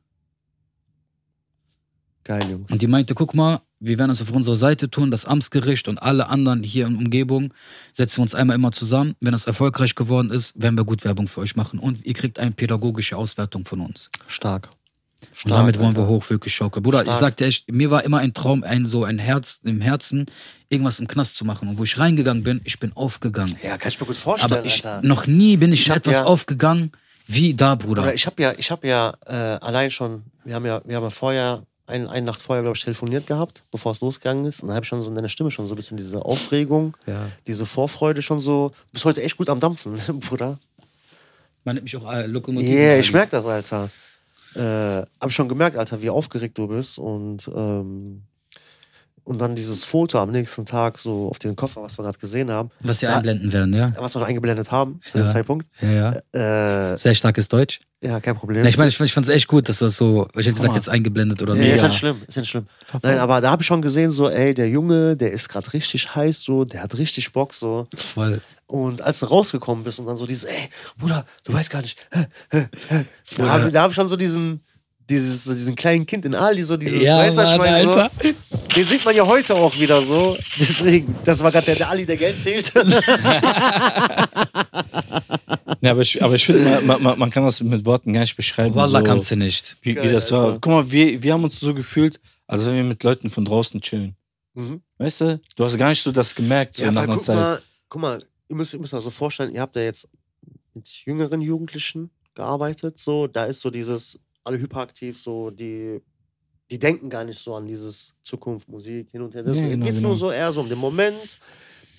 Speaker 2: geil, Jungs.
Speaker 1: Und die meinte, guck mal, wir werden es auf unserer Seite tun, das Amtsgericht und alle anderen hier in Umgebung setzen wir uns einmal immer zusammen. Wenn das erfolgreich geworden ist, werden wir gut Werbung für euch machen und ihr kriegt eine pädagogische Auswertung von uns.
Speaker 2: Stark. Stark.
Speaker 1: Und damit wollen wir
Speaker 2: Alter.
Speaker 1: hoch wirklich schaukeln. Bruder, ich
Speaker 2: Stark.
Speaker 1: sagte echt, mir war immer ein Traum, ein so ein Herz im Herzen, irgendwas im Knast zu machen. Und wo ich reingegangen bin, ich bin aufgegangen.
Speaker 2: Ja, kann ich mir gut vorstellen,
Speaker 1: Aber ich
Speaker 2: Alter.
Speaker 1: noch nie bin ich, in
Speaker 2: hab
Speaker 1: etwas
Speaker 2: ja-
Speaker 1: aufgegangen wie da, Bruder.
Speaker 2: Oder ich habe ja, ich habe ja äh, allein schon, wir haben ja, wir haben ja vorher ein, eine Nacht vorher, glaube ich, telefoniert gehabt, bevor es losgegangen ist. Und da habe ich schon so in deiner Stimme schon so ein bisschen diese Aufregung,
Speaker 1: Ja.
Speaker 2: diese Vorfreude schon so. Du bist heute echt gut am Dampfen, Bruder.
Speaker 1: Man nennt mich auch äh, Lokomotive.
Speaker 2: Yeah, ich merke das, Alter. äh, hab schon gemerkt, Alter, wie aufgeregt du bist und ähm, und dann dieses Foto am nächsten Tag so auf den Koffer, was wir gerade gesehen haben,
Speaker 1: Was wir
Speaker 2: Ja.
Speaker 1: einblenden werden, ja.
Speaker 2: was wir noch eingeblendet haben zu dem
Speaker 1: Ja.
Speaker 2: Zeitpunkt.
Speaker 1: Ja, ja.
Speaker 2: Äh,
Speaker 1: Sehr starkes Deutsch.
Speaker 2: ja, kein Problem.
Speaker 1: Ja, ich meine, ich, ich fand es echt gut, dass du das so, ich hätte gesagt,
Speaker 3: Hammer.
Speaker 1: jetzt eingeblendet oder so.
Speaker 2: Nee,
Speaker 1: Ja,
Speaker 2: ist halt nicht schlimm, ist nicht schlimm. Nein, aber da habe ich schon gesehen, so, ey, der Junge, der ist gerade richtig heiß, so, der hat richtig Bock, so.
Speaker 1: Voll.
Speaker 2: Und als du rausgekommen bist und dann so dieses, ey, Bruder, du weißt gar nicht, hä, hä, hä. da habe ich, da hab ich schon so diesen, dieses, so diesen kleinen Kind in Ali, so dieses,
Speaker 1: Ja,
Speaker 2: weißt du, was ich
Speaker 1: Mann,
Speaker 2: meine,
Speaker 1: Alter.
Speaker 2: So, den sieht man ja heute auch wieder so. Deswegen, das war gerade der, der Ali, der Geld zählt.
Speaker 3: Ja, aber ich, aber ich finde, man, man- man, man kann das mit Worten gar nicht beschreiben.
Speaker 1: Wallah
Speaker 3: so,
Speaker 1: kannst du nicht.
Speaker 3: wie, wie
Speaker 2: Geil,
Speaker 3: das war.
Speaker 2: Alter.
Speaker 3: Guck mal, wir, wir haben uns so gefühlt, als wenn wir mit Leuten von draußen chillen.
Speaker 2: Mhm.
Speaker 3: Weißt du? Du hast gar nicht so das gemerkt, so
Speaker 2: ja,
Speaker 3: nach
Speaker 2: weil
Speaker 3: einer
Speaker 2: guck
Speaker 3: Zeit.
Speaker 2: mal, guck mal, ihr müsst, ihr müsst euch so vorstellen, ihr habt ja jetzt mit jüngeren Jugendlichen gearbeitet, so, da ist so dieses, alle hyperaktiv, so, die, die denken gar nicht so an dieses Zukunft, Musik, hin und her. Das
Speaker 3: Ja, genau,
Speaker 2: geht's nur
Speaker 3: genau.
Speaker 2: so eher so um den Moment.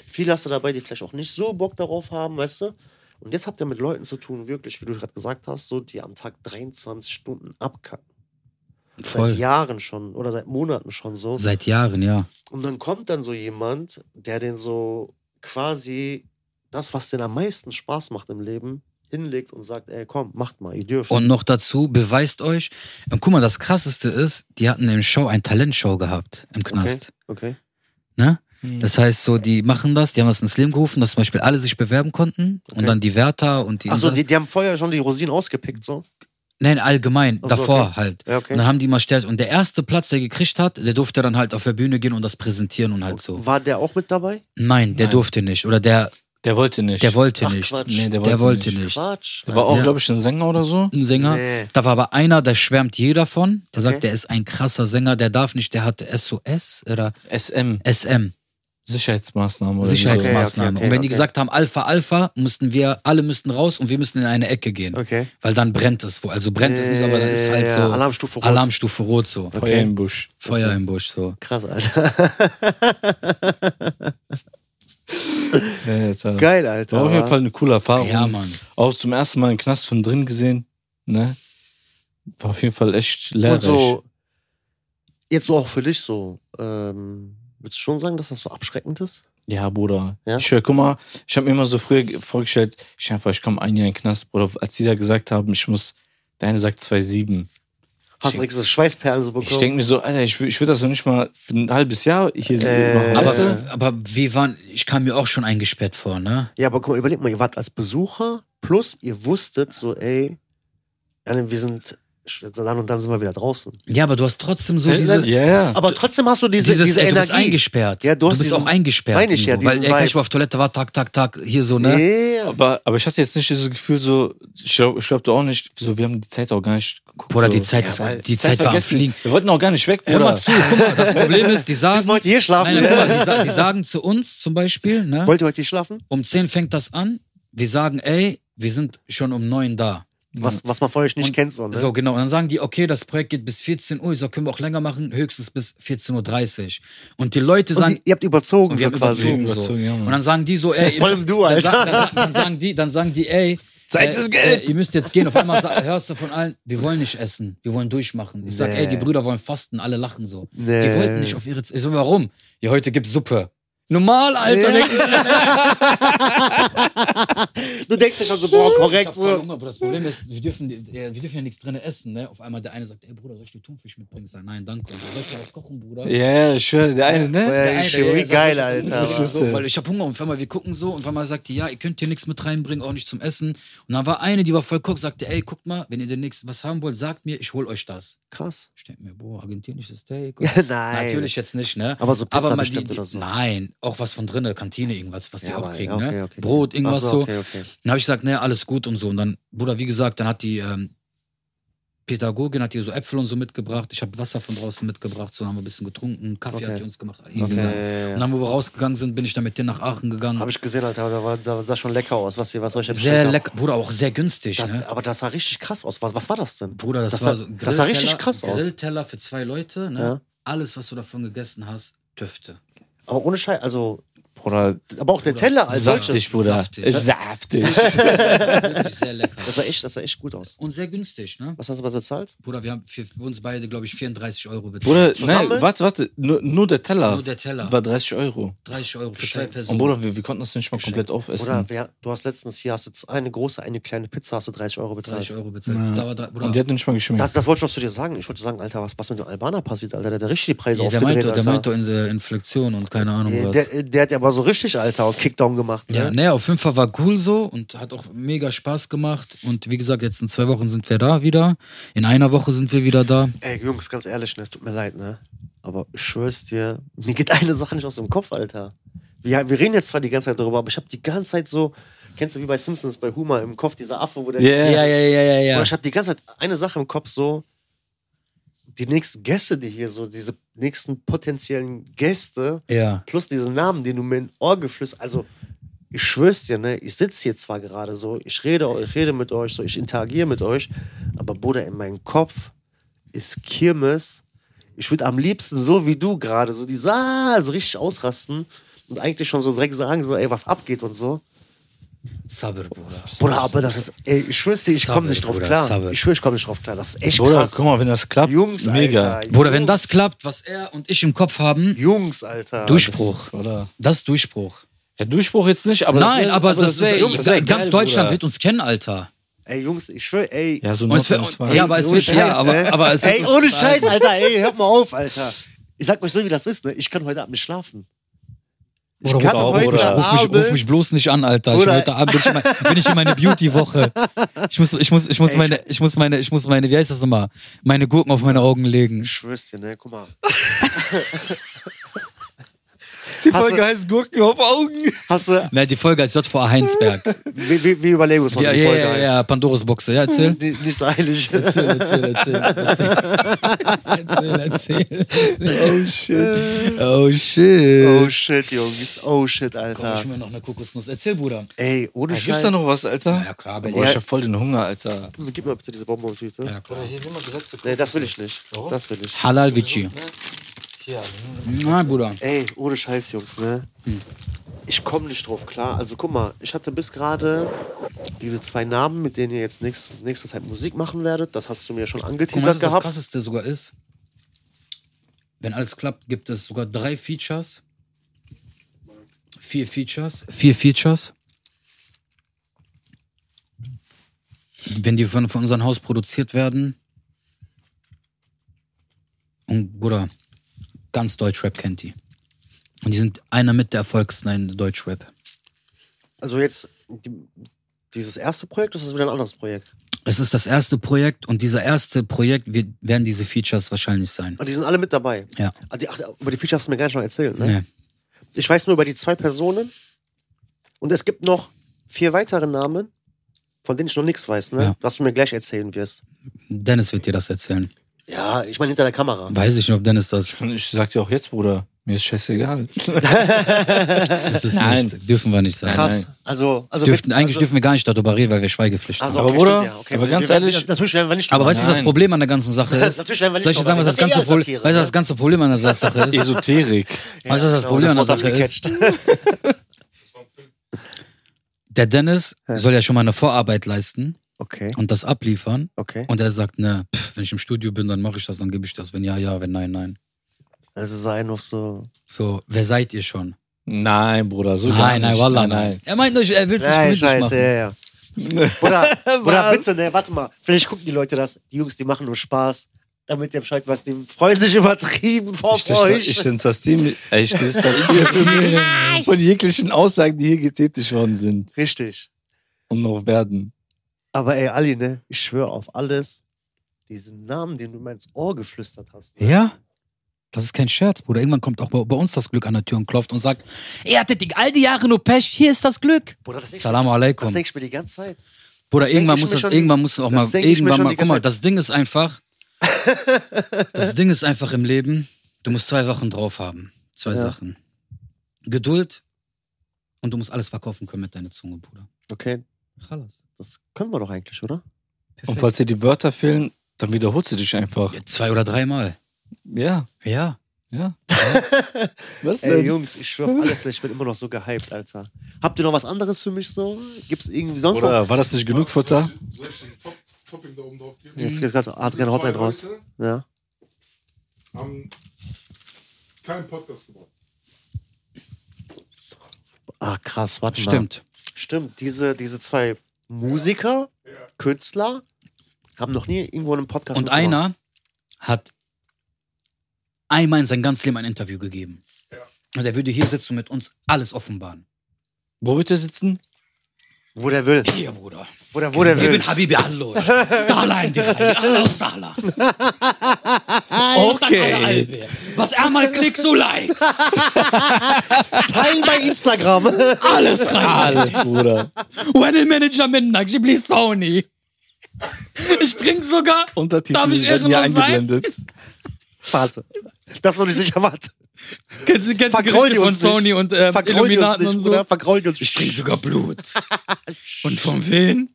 Speaker 2: Viele hast du dabei, die vielleicht auch nicht so Bock darauf haben, weißt du? Und jetzt habt ihr mit Leuten zu tun, wirklich, wie du gerade gesagt hast, so, die am Tag 23 Stunden abkacken. Seit
Speaker 1: Voll.
Speaker 2: Jahren schon oder seit Monaten schon so.
Speaker 1: Seit Jahren, ja.
Speaker 2: Und dann kommt dann so jemand, der den so quasi das, was den am meisten Spaß macht im Leben, hinlegt und sagt, ey, komm, macht mal, ihr dürft.
Speaker 1: Und noch dazu, beweist euch, und guck mal, das krasseste ist, die hatten im Show ein Talentshow gehabt im Knast.
Speaker 2: okay.
Speaker 1: Ne?
Speaker 3: Mhm.
Speaker 1: Das heißt so, die machen das, die haben das ins Leben gerufen, dass zum Beispiel alle sich bewerben konnten und
Speaker 2: Okay.
Speaker 1: dann die Wärter und die.
Speaker 2: Achso,
Speaker 1: Insa-
Speaker 2: die, die haben vorher schon die Rosinen ausgepickt, so?
Speaker 1: Nein, allgemein,
Speaker 2: Ach so,
Speaker 1: davor
Speaker 2: okay.
Speaker 1: halt.
Speaker 2: Ja,
Speaker 1: Und
Speaker 2: okay.
Speaker 1: dann haben die mal stärkt. Und der erste Platz, der gekriegt hat, der durfte dann halt auf der Bühne gehen und das präsentieren und halt so.
Speaker 2: War der auch mit dabei?
Speaker 1: Nein, der
Speaker 3: Nein.
Speaker 1: durfte nicht. Oder der,
Speaker 3: der wollte nicht.
Speaker 1: der wollte
Speaker 2: Ach,
Speaker 1: nicht.
Speaker 2: Quatsch.
Speaker 3: Nee, der wollte,
Speaker 1: Der wollte
Speaker 3: nicht.
Speaker 1: nicht.
Speaker 2: Quatsch.
Speaker 3: Der war auch,
Speaker 1: Ja.
Speaker 3: glaube ich, ein Sänger oder so.
Speaker 1: Ein Sänger.
Speaker 2: Nee.
Speaker 1: Da war aber einer, der schwärmt jeder von. Der
Speaker 2: Okay.
Speaker 1: sagt, der ist ein krasser Sänger, der darf nicht, der hat SOS oder
Speaker 3: SM,
Speaker 1: SM,
Speaker 3: Sicherheitsmaßnahmen
Speaker 2: Sicherheitsma-
Speaker 3: oder Sicherheitsmaßnahmen.
Speaker 1: Sicherheitsmaßnahme.
Speaker 2: Okay, okay,
Speaker 1: und wenn die
Speaker 2: okay.
Speaker 1: gesagt haben, Alpha, Alpha, mussten wir, alle müssten raus und wir müssen in eine Ecke gehen.
Speaker 2: Okay.
Speaker 1: Weil dann brennt es wo. Also brennt es nicht, aber dann ist halt
Speaker 2: Äh,
Speaker 1: so
Speaker 2: Alarmstufe rot.
Speaker 1: Alarmstufe rot so.
Speaker 3: So. Feuer im Busch.
Speaker 1: Feuer im Busch so.
Speaker 2: Krass, Alter.
Speaker 3: Alter.
Speaker 2: Geil, Alter.
Speaker 3: War auf jeden Fall eine coole Erfahrung.
Speaker 1: Ja, Mann.
Speaker 3: Auch zum ersten Mal einen Knast von drin gesehen. Ne? War auf jeden Fall echt
Speaker 2: Und
Speaker 3: lehrreich.
Speaker 2: so, jetzt so auch für dich so, ähm, willst du schon sagen, dass das so abschreckend ist?
Speaker 3: Ja, Bruder.
Speaker 2: Ja?
Speaker 3: Ich höre, guck mal, ich habe mir immer so früher ge- vorgestellt, ich einfach, ich komme ein Jahr in den Knast, Bruder. Als die da gesagt haben, ich muss, der eine sagt 2,7.
Speaker 2: Hast du
Speaker 3: Ich-
Speaker 2: direkt so Schweißperlen so bekommen?
Speaker 3: Ich denke mir so, Alter, ich, wür- ich würde das doch nicht mal für ein halbes Jahr hier
Speaker 2: Äh,
Speaker 3: machen.
Speaker 1: Aber,
Speaker 3: weißt du?
Speaker 1: aber wir waren, ich kam mir auch schon eingesperrt vor, ne?
Speaker 2: Ja, aber guck mal, überlegt mal, ihr wart als Besucher, plus ihr wusstet so, ey, ja, ne, wir sind ich würd sagen, dann und dann sind wir wieder draußen.
Speaker 1: Ja, aber du hast trotzdem so
Speaker 2: Ja,
Speaker 1: dieses,
Speaker 3: Ja, ja.
Speaker 2: Aber trotzdem hast du diese,
Speaker 1: dieses
Speaker 2: diese
Speaker 1: ey, du
Speaker 2: Energie.
Speaker 1: bist eingesperrt.
Speaker 2: Ja, du hast
Speaker 1: bist
Speaker 2: diesen-
Speaker 1: auch eingesperrt.
Speaker 2: meine ich ja,
Speaker 1: irgendwo, weil
Speaker 2: diesen
Speaker 1: ey, kann
Speaker 2: Vibe.
Speaker 1: ich mal auf Toilette war, tak, tak, tak, hier so, ne?
Speaker 2: Ja.
Speaker 3: Aber, aber ich hatte jetzt nicht dieses Gefühl so, ich glaube ich glaub du auch nicht, so, wir haben die Zeit auch gar nicht geguckt.
Speaker 1: Bruder,
Speaker 3: so.
Speaker 1: die Zeit,
Speaker 2: Ja,
Speaker 1: ist,
Speaker 2: weil-
Speaker 1: die Zeit war am
Speaker 3: vergessen.
Speaker 1: Fliegen.
Speaker 3: Wir wollten auch gar nicht weg,
Speaker 1: Hör mal
Speaker 3: Bruder.
Speaker 1: zu, guck mal, das Problem ist, die sagen,
Speaker 2: Ich wollte hier schlafen.
Speaker 1: nein, nein, guck mal, die, sa- die sagen zu uns zum Beispiel, ne?
Speaker 2: Wollt ihr heute hier schlafen?
Speaker 1: um 10 fängt das an, wir sagen, ey, wir sind schon um 9 da.
Speaker 2: Was, was man von euch nicht
Speaker 1: Und-
Speaker 2: kennt, so, ne?
Speaker 1: So, genau. Und dann sagen die, okay, das Projekt geht bis 14 Uhr. Ich sag, können wir auch länger machen, höchstens bis 14.30 Uhr. Und die Leute
Speaker 2: und
Speaker 1: sagen,
Speaker 2: die, ihr habt überzogen,
Speaker 1: und wir
Speaker 2: so
Speaker 1: haben
Speaker 2: quasi.
Speaker 1: überzogen, so.
Speaker 3: Überzogen, ja, Mann.
Speaker 1: und dann sagen die so, ey,
Speaker 2: Vor allem du,
Speaker 1: dann,
Speaker 2: Alter.
Speaker 1: sagen, dann, sagen- dann sagen die, dann sagen die, ey,
Speaker 3: Zeit
Speaker 1: äh,
Speaker 3: ist Geld.
Speaker 1: Äh, ihr müsst jetzt gehen. Auf einmal sa- hörst du von allen, wir wollen nicht essen, wir wollen durchmachen. Ich sag,
Speaker 2: Nee.
Speaker 1: ey, die Brüder wollen fasten, alle lachen so. Die
Speaker 2: Nee.
Speaker 1: wollten nicht auf ihre. Z- Ich so, warum? Ja, heute gibt's Suppe. Normal, Alter.
Speaker 2: Ja.
Speaker 1: denk ich,
Speaker 2: Du denkst dir schon so, boah,
Speaker 1: Ich
Speaker 2: korrekt,
Speaker 1: hab voll
Speaker 2: so.
Speaker 1: Hunger, aber das Problem ist, wir dürfen, die- äh, wir dürfen ja nichts drin essen. Ne? Auf einmal der eine sagt, ey Bruder, soll ich dir Thunfisch mitbringen? Ich sag, nein, danke. Und so, Soll ich dir was kochen, Bruder?
Speaker 3: Ja, ich schwöre, der eine, ne?
Speaker 1: Der
Speaker 2: Ey,
Speaker 1: eine,
Speaker 2: ich-
Speaker 1: ja,
Speaker 2: Wie
Speaker 1: sagt,
Speaker 2: geil,
Speaker 1: ich-
Speaker 2: Alter.
Speaker 1: ich-
Speaker 2: aber-
Speaker 1: So, weil ich hab Hunger und auf einmal wir gucken so und auf einmal sagt die, ja, ihr könnt hier nichts mit reinbringen, auch nicht zum Essen. Und dann war eine, die war voll guck, sagte, ey, guckt mal, wenn ihr denn nichts was haben wollt, sagt mir, ich hol euch das.
Speaker 2: Krass.
Speaker 1: Ich denk mir, boah, argentinisches Steak.
Speaker 2: Ja, nein.
Speaker 1: Natürlich jetzt nicht, ne?
Speaker 2: Aber so Pizza
Speaker 1: mal
Speaker 2: bestimmt oder so.
Speaker 1: Nein, auch was von drinnen, Kantine, irgendwas, was die
Speaker 2: Ja,
Speaker 1: auch
Speaker 2: aber-
Speaker 1: kriegen,
Speaker 2: ja, okay,
Speaker 1: ne?
Speaker 2: okay.
Speaker 1: Brot, irgendwas
Speaker 2: Ach so,
Speaker 1: so.
Speaker 2: okay, okay.
Speaker 1: Dann habe ich gesagt, ne, alles gut und so. Und dann, Bruder, wie gesagt, dann hat die ähm, Pädagogin hat ihr so Äpfel und so mitgebracht. Ich habe Wasser von draußen mitgebracht, so haben wir ein bisschen getrunken. Kaffee
Speaker 2: Okay.
Speaker 1: hat die uns gemacht. Easy,
Speaker 2: Okay,
Speaker 1: ne?
Speaker 2: ja, ja.
Speaker 1: Und dann, wo wir rausgegangen sind, bin ich dann mit denen nach Aachen gegangen.
Speaker 2: Hab ich gesehen, Alter, da, war, da sah schon lecker aus, was, ihr- was euch
Speaker 1: sehr lecker, Bruder, auch sehr günstig.
Speaker 2: Das,
Speaker 1: ne?
Speaker 2: Aber das sah richtig krass aus. Was, was war das denn?
Speaker 1: Bruder, das,
Speaker 2: das
Speaker 1: war
Speaker 2: sah-
Speaker 1: so ein
Speaker 2: das sah richtig
Speaker 1: Grillteller-
Speaker 2: krass aus.
Speaker 1: Grillteller für zwei Leute. Ne?
Speaker 2: Ja.
Speaker 1: Alles, was du davon gegessen hast, dürfte.
Speaker 2: Aber ohne Scheiß, also
Speaker 3: Oder
Speaker 2: Aber auch der Teller als
Speaker 3: saftig,
Speaker 2: solches.
Speaker 3: Bruder.
Speaker 1: Saftig. ne?
Speaker 3: Saftig.
Speaker 1: Wirklich sehr lecker.
Speaker 2: Das sah, echt, das sah echt gut aus.
Speaker 1: Und sehr günstig, ne?
Speaker 2: Was hast du was bezahlt?
Speaker 1: Bruder, wir haben für für uns beide, glaube ich, 34 Euro bezahlt.
Speaker 3: Bruder, nein,
Speaker 2: Zusammen?
Speaker 3: warte, warte. Nur, nur der Teller.
Speaker 1: Nur der Teller.
Speaker 3: War 30 Euro.
Speaker 1: 30 Euro für zwei
Speaker 3: Und
Speaker 1: Personen.
Speaker 3: Bruder, wir, wir konnten das nicht mal komplett aufessen.
Speaker 2: Oder wer, du hast letztens hier hast jetzt eine große, eine kleine Pizza, hast du 30 Euro bezahlt.
Speaker 1: 30 Euro bezahlt. Da war drei, Bruder,
Speaker 3: Und die hat nicht mal geschmeckt.
Speaker 2: Das, das wollte ich noch zu dir sagen. Ich wollte sagen, Alter, was, was mit dem Albaner passiert, Alter? Der hat ja richtig die Preise
Speaker 1: ja, der
Speaker 2: aufgedreht,
Speaker 1: meinte, der
Speaker 2: Alter.
Speaker 1: meinte in der Inflektion und keine Ahnung
Speaker 2: Äh,
Speaker 1: was.
Speaker 2: der, der hat ja aber so richtig, Alter, und Kickdown gemacht. Ne?
Speaker 1: ja, naja, auf jeden Fall war cool so und hat auch mega Spaß gemacht. Und wie gesagt, jetzt in zwei Wochen sind wir da wieder. In einer Woche sind wir wieder da.
Speaker 2: Ey, Jungs, ganz ehrlich, ne, es tut mir leid, ne? Aber ich schwör's dir, mir geht eine Sache nicht aus dem Kopf, Alter. Wir, wir reden jetzt zwar die ganze Zeit darüber, aber ich habe die ganze Zeit so, kennst du wie bei Simpsons, bei Homer im Kopf, dieser Affe, wo der.
Speaker 3: Yeah.
Speaker 1: Ja, ja, ja, ja,
Speaker 2: Oder
Speaker 1: ja.
Speaker 2: ich habe die ganze Zeit eine Sache im Kopf, so die nächsten Gäste, die hier so, diese nächsten potenziellen Gäste,
Speaker 1: Ja,
Speaker 2: plus diesen Namen, den du mir in Ohr geflüstert Also, ich schwör's dir, ne? Ich sitze hier zwar gerade so, ich rede, ich rede mit euch, so, ich interagiere mit euch, aber Bruder, in meinem Kopf ist Kirmes. Ich würde am liebsten so wie du gerade, so die ah, so richtig ausrasten und eigentlich schon so direkt sagen, so, ey, was abgeht und so.
Speaker 1: Sabr, Bruder.
Speaker 2: Bruder, aber das ist, ey, ich schwör's dir, ich komme
Speaker 1: Sabber,
Speaker 2: nicht drauf
Speaker 1: Bruder,
Speaker 2: klar.
Speaker 1: Sabber.
Speaker 2: Ich schwör, ich komme nicht drauf klar. Das ist echt
Speaker 3: Bruder,
Speaker 2: krass.
Speaker 3: guck mal, wenn das klappt.
Speaker 2: Jungs,
Speaker 3: mega.
Speaker 2: Alter.
Speaker 1: Bruder, wenn
Speaker 2: Jungs,
Speaker 1: das klappt, was er und ich im Kopf haben,
Speaker 2: Jungs, Alter.
Speaker 1: Durchbruch.
Speaker 3: Oder?
Speaker 1: Das ist Durchbruch.
Speaker 3: Ja, Durchbruch jetzt nicht, aber
Speaker 1: Nein,
Speaker 3: das wär-
Speaker 1: aber das,
Speaker 3: wär-
Speaker 1: wär,
Speaker 3: das wär
Speaker 1: ganz
Speaker 3: geil,
Speaker 1: Deutschland
Speaker 3: Bruder.
Speaker 1: wird uns kennen, Alter.
Speaker 2: Ey, Jungs, ich schwör, ey.
Speaker 3: Ja, so
Speaker 1: Und es wird,
Speaker 3: Nordrhein-Westfalen.
Speaker 1: ja, aber es
Speaker 2: ohne
Speaker 1: wird, ja,
Speaker 2: Scheiß,
Speaker 1: aber,
Speaker 2: ne?
Speaker 1: aber es
Speaker 2: Ey,
Speaker 1: wird uns
Speaker 2: ohne
Speaker 1: gefallen.
Speaker 2: Scheiß, Alter, ey, hört mal auf, Alter. Ich sag euch so, wie das ist, ne? Ich kann heute Abend nicht schlafen. Ich
Speaker 1: Oder
Speaker 2: kann
Speaker 1: ruf,
Speaker 3: heute
Speaker 1: Bruder, ruf, mich,
Speaker 2: Abend-
Speaker 1: ruf mich bloß nicht an, Alter. Ich
Speaker 2: Bruder.
Speaker 1: heute Abend bin ich, in mein, bin ich in meine Beauty-Woche. Ich muss, ich muss, ich muss
Speaker 2: Ey,
Speaker 1: meine, ich muss meine, ich muss meine, wie heißt das nochmal? Meine Gurken auf meine Augen legen.
Speaker 2: Ich schwör's dir, ne? Guck mal.
Speaker 3: Die
Speaker 2: Hast Folge du-
Speaker 3: heißt Gurken auf Augen.
Speaker 2: Hast du,
Speaker 1: Nein, die Folge als JVA Heinsberg.
Speaker 2: wie, wie, wie überlegen wir uns noch
Speaker 1: Ja,
Speaker 2: die
Speaker 1: ja,
Speaker 2: Folge
Speaker 1: ja, ja,
Speaker 2: heißt?
Speaker 1: Pandoras Boxe. Ja, erzähl.
Speaker 2: Nicht, nicht so eilig.
Speaker 1: Erzähl, erzähl, erzähl. Erzähl, erzähl. erzähl. Oh shit. Oh shit.
Speaker 2: Oh shit, Jungs. Oh shit,
Speaker 1: Komm,
Speaker 2: Alter.
Speaker 1: ich mir noch eine Kokosnuss. Erzähl, Bruder.
Speaker 2: Ey, ohne
Speaker 3: Gibt's
Speaker 2: Scheiß.
Speaker 3: da noch was, Alter?
Speaker 1: Ja, klar,
Speaker 3: Boah,
Speaker 1: Berlin.
Speaker 3: ich hab voll den Hunger, Alter.
Speaker 2: Gib mir bitte diese Bonbon-Tüte.
Speaker 1: Ja, klar.
Speaker 2: Nee, das will ich nicht. Das will ich.
Speaker 1: Halal Vici. Nein, Bruder.
Speaker 2: Ey, ohne Scheiß, Jungs, ne?
Speaker 1: Hm.
Speaker 2: Ich komme nicht drauf klar. Also guck mal, ich hatte bis gerade diese zwei Namen, mit denen ihr jetzt nächst, nächste Zeit Musik machen werdet. Das hast du mir schon
Speaker 1: Guck mal,
Speaker 2: angeteasert
Speaker 1: was das
Speaker 2: gehabt.
Speaker 1: krasseste sogar ist. Wenn alles klappt, gibt es sogar drei Features. Vier Features. Vier Features. Wenn die von, von unserem Haus produziert werden. Und Bruder, ganz Deutschrap kennt die. Und die sind einer mit der erfolgsten in Deutschrap.
Speaker 2: Also jetzt die, dieses erste Projekt, das ist wieder ein anderes Projekt.
Speaker 1: Es ist das erste Projekt und dieser erste Projekt wird, werden diese Features wahrscheinlich sein.
Speaker 2: Und Ah, die sind alle mit dabei.
Speaker 1: Ja.
Speaker 2: Ah, die, ach, über die Features hast du mir gar nicht schon erzählt, ne?
Speaker 1: Nee.
Speaker 2: Ich weiß nur über die zwei Personen. Und es gibt noch vier weitere Namen, von denen ich noch nichts weiß, ne?
Speaker 1: Ja.
Speaker 2: Was du mir gleich erzählen wirst.
Speaker 1: Dennis wird dir das erzählen.
Speaker 2: Ja, ich meine hinter der Kamera.
Speaker 1: Weiß ich nicht, ob Dennis das.
Speaker 3: Und ich sag dir auch jetzt, Bruder, mir ist scheißegal.
Speaker 1: Das ist
Speaker 3: Nein.
Speaker 1: nicht. Dürfen wir nicht sagen.
Speaker 2: Krass. Also, also
Speaker 1: Dürften,
Speaker 2: mit-
Speaker 1: eigentlich
Speaker 2: also,
Speaker 1: dürfen wir gar nicht darüber reden, weil wir Schweigepflicht haben.
Speaker 2: Also,
Speaker 3: Aber
Speaker 2: okay,
Speaker 3: Bruder,
Speaker 2: stimmt, ja, okay.
Speaker 3: aber ganz
Speaker 2: wir,
Speaker 3: ehrlich-
Speaker 2: wir, natürlich werden wir nicht
Speaker 1: Aber
Speaker 2: drüber
Speaker 1: weißt du, was das
Speaker 3: Nein.
Speaker 1: Problem an der ganzen Sache ist?
Speaker 2: Natürlich werden wir nicht
Speaker 1: Soll ich dir sagen, was
Speaker 2: drüber
Speaker 1: das
Speaker 2: reden.
Speaker 1: ganze
Speaker 2: Das ist ja
Speaker 1: Problem, weißt
Speaker 2: Satire,
Speaker 1: du,
Speaker 2: ne?
Speaker 1: was das ganze Problem an der Sache ist? Weißt
Speaker 3: Esoterik.
Speaker 1: du, was das Problem an der Sache ist? Der Dennis soll ja schon mal eine Vorarbeit leisten
Speaker 2: Okay,
Speaker 1: und das abliefern.
Speaker 2: okay.
Speaker 1: Und er sagt, ne, pff, wenn ich im Studio bin, dann mache ich das, dann gebe ich das. Wenn ja, ja, wenn nein, nein.
Speaker 2: Also so ein auf so.
Speaker 1: So, wer seid ihr schon?
Speaker 3: Nein, Bruder, so gar
Speaker 1: nein, nein,
Speaker 3: nicht.
Speaker 1: wallah, nein. Er meint nicht, er will es nicht
Speaker 2: Ja, ich
Speaker 1: politisch
Speaker 2: weiß, ja,
Speaker 1: machen.
Speaker 2: ja. Bruder, Bruder, bitte, ne, warte mal. Vielleicht gucken die Leute das. Die Jungs, die machen nur Spaß. Damit ihr Bescheid was, die freuen sich übertrieben vor
Speaker 3: Ich,
Speaker 2: euch.
Speaker 3: Oh, ich, ich distanziere ich distanziere mich von jeglichen Aussagen, die hier getätigt worden sind
Speaker 2: Richtig.
Speaker 3: und noch werden.
Speaker 2: Aber ey, Ali, ne, ich schwöre auf alles. Diesen Namen, den du mir ins Ohr geflüstert hast. Ne?
Speaker 1: Ja? Das ist kein Scherz, Bruder. Irgendwann kommt auch bei, bei uns das Glück an der Tür und klopft und sagt, ihr hattet die- all die Jahre nur Pech, hier ist das Glück.
Speaker 2: Bruder, das denk ich-
Speaker 1: Salam
Speaker 2: Das
Speaker 1: alaikum.
Speaker 2: denke ich mir die ganze Zeit.
Speaker 1: Bruder,
Speaker 2: denk
Speaker 1: irgendwann
Speaker 2: ich
Speaker 1: muss
Speaker 2: mir
Speaker 1: das,
Speaker 2: schon-
Speaker 1: irgendwann muss auch
Speaker 2: das
Speaker 1: mal,
Speaker 2: denk ich mir
Speaker 1: irgendwann
Speaker 2: schon
Speaker 1: mal,
Speaker 2: die
Speaker 1: guck
Speaker 2: ganze
Speaker 1: mal,
Speaker 2: Zeit.
Speaker 1: das Ding ist einfach, das Ding ist einfach im Leben, du musst zwei Wochen drauf haben. Zwei
Speaker 2: Ja.
Speaker 1: Sachen. Geduld und du musst alles verkaufen können mit deiner Zunge, Bruder.
Speaker 2: Okay,
Speaker 1: Chalas.
Speaker 2: das können wir doch eigentlich, oder?
Speaker 3: Und falls dir die Wörter fehlen, dann wiederholst du dich einfach.
Speaker 1: Ja, zwei oder dreimal.
Speaker 3: Ja,
Speaker 1: Ja.
Speaker 3: ja. Was
Speaker 2: Ey, Jungs, ich schwör auf alles, ich bin immer noch so gehypt, Alter. Habt ihr noch was anderes für mich so? Gibt's irgendwie sonst noch?
Speaker 3: Oder war das nicht genug Futter?
Speaker 4: Soll ich den Top, Topping da oben drauf geben?
Speaker 2: Jetzt geht gerade Adrian Hotline
Speaker 4: Zwei
Speaker 2: raus.
Speaker 4: Leute
Speaker 2: Ja.
Speaker 4: Haben keinen Podcast gebracht.
Speaker 2: Ah, krass, warte mal.
Speaker 1: Stimmt.
Speaker 2: Stimmt, diese, diese zwei Musiker, Künstler, haben noch nie irgendwo einen Podcast
Speaker 1: Und
Speaker 2: mitgemacht.
Speaker 1: einer hat einmal in sein ganzes Leben ein Interview gegeben. Und er würde hier sitzen und mit uns alles offenbaren.
Speaker 3: Wo wird er sitzen?
Speaker 2: Wo der will.
Speaker 1: Hier, Bruder.
Speaker 2: Wo der, wo der
Speaker 1: Ich
Speaker 2: will.
Speaker 1: bin Habibi Allosh. Dala in die Reihe. Allah Sala. Okay. Was er mal klickt, so likes.
Speaker 2: Teil bei Instagram.
Speaker 1: Alles rein.
Speaker 3: Alles, Bruder.
Speaker 1: Wedding Manager Minnak, Ghibli Sony. Ich trinke sogar. Darf
Speaker 3: Untertitel
Speaker 1: ich
Speaker 3: werden hier
Speaker 1: irgendwas sein?
Speaker 3: eingeblendet.
Speaker 2: warte. Das ist noch nicht sicher, warte.
Speaker 1: Kennst du kennst die Gerichte
Speaker 2: Vergrault die
Speaker 1: von
Speaker 2: uns
Speaker 1: Sony
Speaker 2: nicht.
Speaker 1: und ähm,
Speaker 2: Vergrault die uns
Speaker 1: Illuminaten
Speaker 2: nicht,
Speaker 1: und so?
Speaker 2: Bruder. Vergrault die uns
Speaker 1: Ich
Speaker 2: nicht.
Speaker 1: trinke sogar Blut. Und von wem?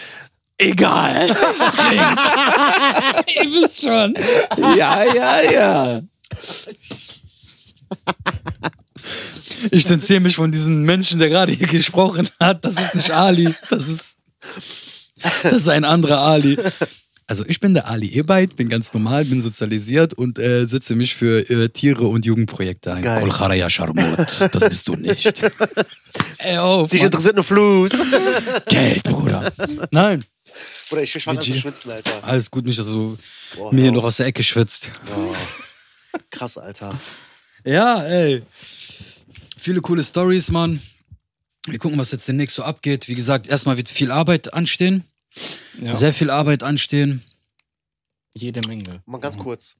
Speaker 1: Egal. Ich trinke. Ihr wisst schon.
Speaker 3: Ja, ja, ja.
Speaker 1: Ich distanziere mich von diesem Menschen, der gerade hier gesprochen hat. Das ist nicht Ali. Das ist, das ist ein anderer Ali. Also ich bin der Ali Ebeit, bin ganz normal, bin sozialisiert und äh, setze mich für äh, Tiere und Jugendprojekte ein.
Speaker 2: Geil.
Speaker 1: Kolcharaya Sharmut, das bist du nicht. Ey, auf,
Speaker 2: Dich
Speaker 1: Mann.
Speaker 2: interessiert nur Fluss.
Speaker 1: Geld, Bruder. Nein,
Speaker 2: Bruder, ich fange an zu
Speaker 1: Vigi.
Speaker 2: schwitzen, Alter.
Speaker 1: alles gut, nicht, dass du
Speaker 2: Boah,
Speaker 1: mir
Speaker 2: hör
Speaker 1: noch
Speaker 2: auf.
Speaker 1: aus der Ecke schwitzt.
Speaker 2: Krass, Alter.
Speaker 1: Ja, ey. Viele coole Stories, Mann. Wir gucken, was jetzt demnächst so abgeht. Wie gesagt, erstmal wird viel Arbeit anstehen.
Speaker 3: Ja.
Speaker 1: Sehr viel Arbeit anstehen.
Speaker 3: Jede Menge.
Speaker 2: Mal ganz kurz.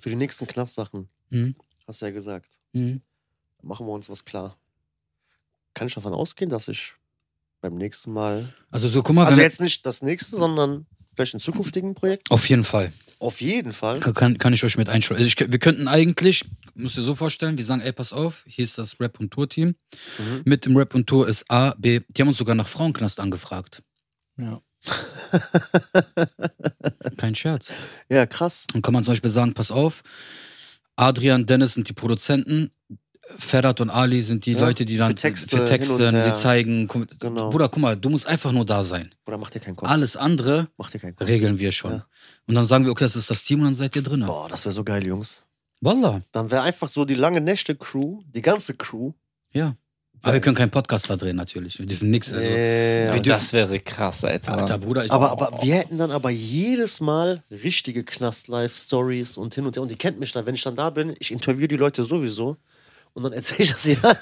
Speaker 2: Für die nächsten Knastsachen,
Speaker 1: Mhm.
Speaker 2: hast du ja gesagt,
Speaker 1: Mhm.
Speaker 2: machen wir uns was klar. Kann ich davon ausgehen, dass ich beim nächsten Mal.
Speaker 1: Also so, guck mal,
Speaker 2: Also
Speaker 1: wenn
Speaker 2: jetzt nicht das nächste, sondern vielleicht in zukünftigen Projekt.
Speaker 1: auf jeden Fall.
Speaker 2: Auf jeden Fall.
Speaker 1: Kann, kann ich euch mit einschreiben. Also ich, wir könnten eigentlich, musst dir so vorstellen, wir sagen, ey, pass auf, hier ist das Rap- und Tour-Team.
Speaker 2: Mhm.
Speaker 1: Mit dem Rap- und Tour ist A, B. Die haben uns sogar nach Frauenknast angefragt.
Speaker 3: Ja.
Speaker 1: Kein Scherz.
Speaker 2: Ja, krass.
Speaker 1: Dann kann man zum Beispiel sagen, pass auf, Adrian, Dennis sind die Produzenten, Ferhat und Ali sind die
Speaker 2: Ja,
Speaker 1: Leute, die dann
Speaker 2: für Texte
Speaker 1: für
Speaker 2: hin und
Speaker 1: Texten, die
Speaker 2: her.
Speaker 1: zeigen. guck-
Speaker 2: Genau.
Speaker 1: Bruder, guck mal, du musst einfach nur da sein.
Speaker 2: Oder macht dir keinen Kopf.
Speaker 1: Alles andere
Speaker 2: Macht dir keinen Kopf.
Speaker 1: regeln wir schon.
Speaker 2: Ja.
Speaker 1: Und dann sagen wir, okay, das ist das Team und dann seid ihr drin.
Speaker 2: Boah, das wäre so geil, Jungs.
Speaker 1: Wallah,
Speaker 2: Dann wäre einfach so die lange Nächte-Crew, die ganze Crew.
Speaker 1: ja. Aber wir können keinen Podcast da drehen, natürlich. Wir dürfen nichts. Also,
Speaker 2: Äh,
Speaker 1: wir dürfen,
Speaker 3: Das wäre krass, Alter.
Speaker 1: Alter, Bruder, ich,
Speaker 2: aber, aber wir hätten dann aber jedes Mal richtige Knast-Live-Stories und hin und her. Und ihr kennt mich dann, wenn ich dann da bin, ich interviewe die Leute sowieso. Und dann erzähle ich das ja.
Speaker 1: Ja,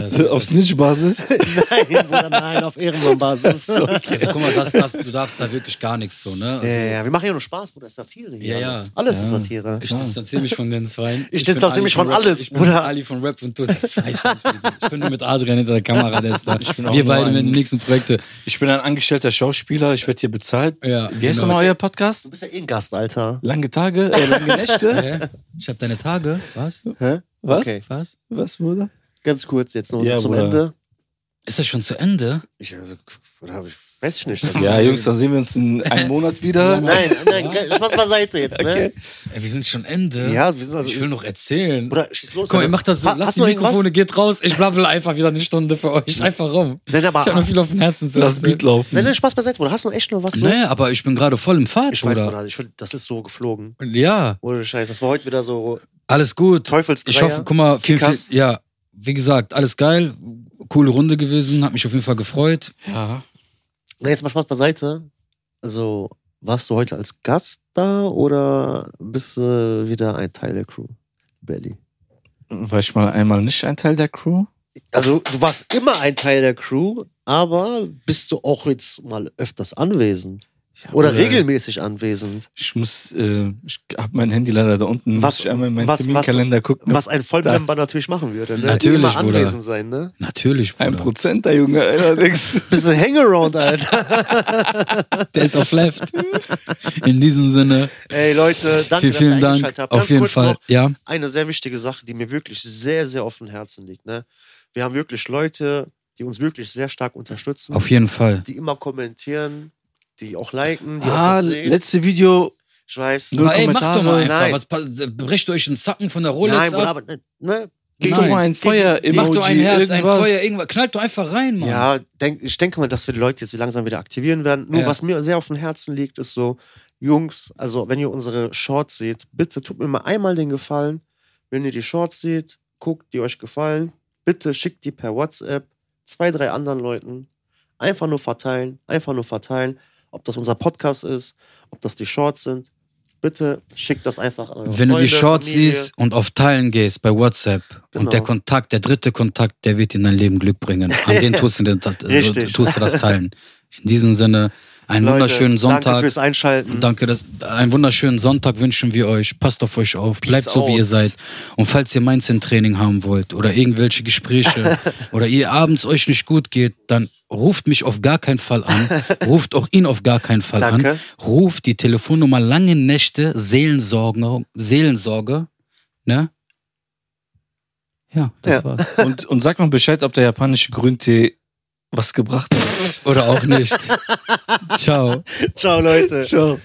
Speaker 1: das, also,
Speaker 3: Auf Snitch-Basis?
Speaker 2: nein, Bruder, nein, auf Ehrenbasis.
Speaker 1: Also, guck mal, das, das, du darfst da wirklich gar nichts so, ne? Also,
Speaker 2: Ja, ja, wir machen ja nur Spaß, Bruder. Ist Satire. hier
Speaker 1: Ja, ja.
Speaker 2: Alles, alles ist Satire.
Speaker 1: Ich distanziere mich von den Zweien.
Speaker 2: Ich
Speaker 1: bin
Speaker 2: distanziere
Speaker 1: Ali
Speaker 2: mich von
Speaker 1: Rap-
Speaker 2: alles,
Speaker 1: Ich bin
Speaker 2: Bruder.
Speaker 1: Ali von Rap und du die zwei. Ich, weiß, wir sind- ich bin nur mit Adrian hinter der Kamera, der ist da.
Speaker 3: auch
Speaker 1: Wir
Speaker 3: nur
Speaker 1: beide
Speaker 3: ein-
Speaker 1: werden die nächsten Projekte.
Speaker 3: Ich bin ein angestellter Schauspieler, ich werde hier bezahlt.
Speaker 1: Ja,
Speaker 3: Wie heißt
Speaker 1: genau.
Speaker 3: nochmal euer Podcast?
Speaker 2: Du bist ja eh ein Gast, Alter.
Speaker 3: Lange Tage, äh, lange Nächte.
Speaker 1: Hä? Ich habe deine Tage. Was?
Speaker 2: Hä?
Speaker 3: Was?
Speaker 2: Okay.
Speaker 1: Was?
Speaker 3: Was, Bruder?
Speaker 2: Ganz kurz jetzt noch
Speaker 3: Ja,
Speaker 2: so zum
Speaker 3: Bruder.
Speaker 2: Ende.
Speaker 1: Ist das schon zu Ende?
Speaker 2: Ich, äh, oder hab ich weiß ich nicht.
Speaker 3: Ja, Jungs, dann sehen wir uns in einem Monat wieder.
Speaker 2: Nein, nein, Spaß beiseite jetzt, ne?
Speaker 3: Okay.
Speaker 1: Ey, wir sind schon Ende.
Speaker 2: Ja, wir sind also.
Speaker 1: Ich will noch erzählen.
Speaker 2: Bruder, schieß los.
Speaker 1: Komm,
Speaker 2: Alter.
Speaker 1: ihr macht das so.
Speaker 2: Ha-
Speaker 1: Lasst
Speaker 2: hast
Speaker 1: die
Speaker 2: du noch irgendwas?
Speaker 1: Mikrofone, geht raus. Ich blabbel einfach wieder eine Stunde für euch. Einfach rum.
Speaker 2: Nein, aber- Ah,
Speaker 1: ich habe noch viel auf dem Herzen zu
Speaker 3: Lass Beat
Speaker 1: erzählen.
Speaker 2: Nein,
Speaker 3: laufen.
Speaker 2: nein, Spaß beiseite, Bruder. Hast du noch echt noch was? So?
Speaker 1: Naja, aber ich bin gerade voll im Fahrt,
Speaker 2: Ich weiß,
Speaker 1: Bruder.
Speaker 2: Bruder. Ich, das ist so geflogen.
Speaker 1: Ja,
Speaker 2: Ohne Scheiß. Das war heute wieder so
Speaker 1: alles gut.
Speaker 2: Teufelsdreier.
Speaker 1: Ich hoffe, guck mal, viel, viel,
Speaker 2: Kickers.
Speaker 1: ja, wie gesagt, alles geil. Coole Runde gewesen, hat mich auf jeden Fall gefreut.
Speaker 3: Ja.
Speaker 2: Na, jetzt mal Spaß beiseite. Also, warst du heute als Gast da oder bist du wieder ein Teil der Crew? Belly.
Speaker 3: War ich mal einmal nicht ein Teil der Crew?
Speaker 2: Also, du warst immer ein Teil der Crew, aber bist du auch jetzt mal öfters anwesend?
Speaker 3: Ja,
Speaker 2: Oder
Speaker 3: Bruder,
Speaker 2: regelmäßig anwesend?
Speaker 3: Ich muss, äh, ich hab mein Handy leider da unten.
Speaker 2: Was-
Speaker 3: muss ich einmal in meinen
Speaker 2: was-
Speaker 3: Terminkalender gucken.
Speaker 2: Was ein Vollmember natürlich machen würde. Ne?
Speaker 1: Natürlich,
Speaker 2: Immer
Speaker 1: Bruder.
Speaker 2: anwesend sein, ne?
Speaker 1: Natürlich,
Speaker 3: Ein
Speaker 1: Bruder.
Speaker 3: Prozent, der Junge, allerdings.
Speaker 2: Bisschen Hangaround, Alter.
Speaker 1: Der ist auf Left. In diesem Sinne,
Speaker 2: Ey, Leute, danke,
Speaker 1: vielen, vielen
Speaker 2: dass ihr
Speaker 1: Dank.
Speaker 2: eingeschaltet habt.
Speaker 1: Auf jeden
Speaker 2: kurz
Speaker 1: Fall,
Speaker 2: Noch
Speaker 1: ja.
Speaker 2: eine sehr wichtige Sache, die mir wirklich sehr, sehr offen im Herzen liegt. Ne? Wir haben wirklich Leute, die uns wirklich sehr stark unterstützen,
Speaker 1: Auf jeden Fall.
Speaker 2: die immer kommentieren, die auch liken, die auch
Speaker 3: Ah,
Speaker 2: was sehen.
Speaker 3: letzte Video
Speaker 2: Ich weiß.
Speaker 3: Null
Speaker 2: Nein,
Speaker 1: Aber ey, macht doch mal
Speaker 3: Kommentare.
Speaker 1: einfach.
Speaker 2: Nein.
Speaker 1: Was, pa- bricht euch einen Zacken von der Rolex
Speaker 2: Bruder,
Speaker 1: ab?
Speaker 2: aber ne?
Speaker 3: Gib
Speaker 1: Nein.
Speaker 3: doch mal ein Feuer im
Speaker 1: Mach doch ein Herz, ein Feuer, irgendwas. Knallt doch einfach rein, Mann.
Speaker 2: Ja, denk, ich denke mal, dass wir die Leute jetzt langsam wieder aktivieren werden. Nur
Speaker 1: Ja.
Speaker 2: was mir sehr auf dem Herzen liegt, ist so, Jungs, also wenn ihr unsere Shorts seht, bitte tut mir mal einmal den Gefallen. Wenn ihr die Shorts seht, guckt, die euch gefallen, bitte schickt die per WhatsApp zwei, drei anderen Leuten. Einfach nur verteilen, einfach nur verteilen. Ob das unser Podcast ist, ob das die Shorts sind, bitte schickt das einfach an eure
Speaker 1: Wenn du die
Speaker 2: Freunde,
Speaker 1: Shorts
Speaker 2: Familie.
Speaker 1: siehst und auf Teilen gehst bei WhatsApp
Speaker 2: Genau.
Speaker 1: und der Kontakt, der dritte Kontakt, der wird dir in dein Leben Glück bringen. An den tust du, den,
Speaker 2: Richtig.
Speaker 1: tust du das teilen. In diesem Sinne, einen
Speaker 2: Leute,
Speaker 1: wunderschönen
Speaker 2: Danke
Speaker 1: Sonntag.
Speaker 2: fürs Einschalten.
Speaker 1: Mhm. Danke, dass, einen wunderschönen Sonntag wünschen wir euch. Passt auf euch auf, bleibt so, wie
Speaker 2: out.
Speaker 1: ihr seid. Und falls ihr Mainz in Training haben wollt oder irgendwelche Gespräche oder ihr abends euch nicht gut geht, dann ruft mich auf gar keinen Fall an. Ruft auch ihn auf gar keinen Fall an.
Speaker 2: Danke.
Speaker 1: Ruft die Telefonnummer lange Nächte, Seelensorge, Seelensorge, ne? Ja, das
Speaker 2: Ja.
Speaker 1: war's.
Speaker 3: Und, und sag mal Bescheid, ob der japanische Grüntee was gebracht hat.
Speaker 1: Oder auch nicht. Ciao.
Speaker 2: Ciao, Leute. Ciao.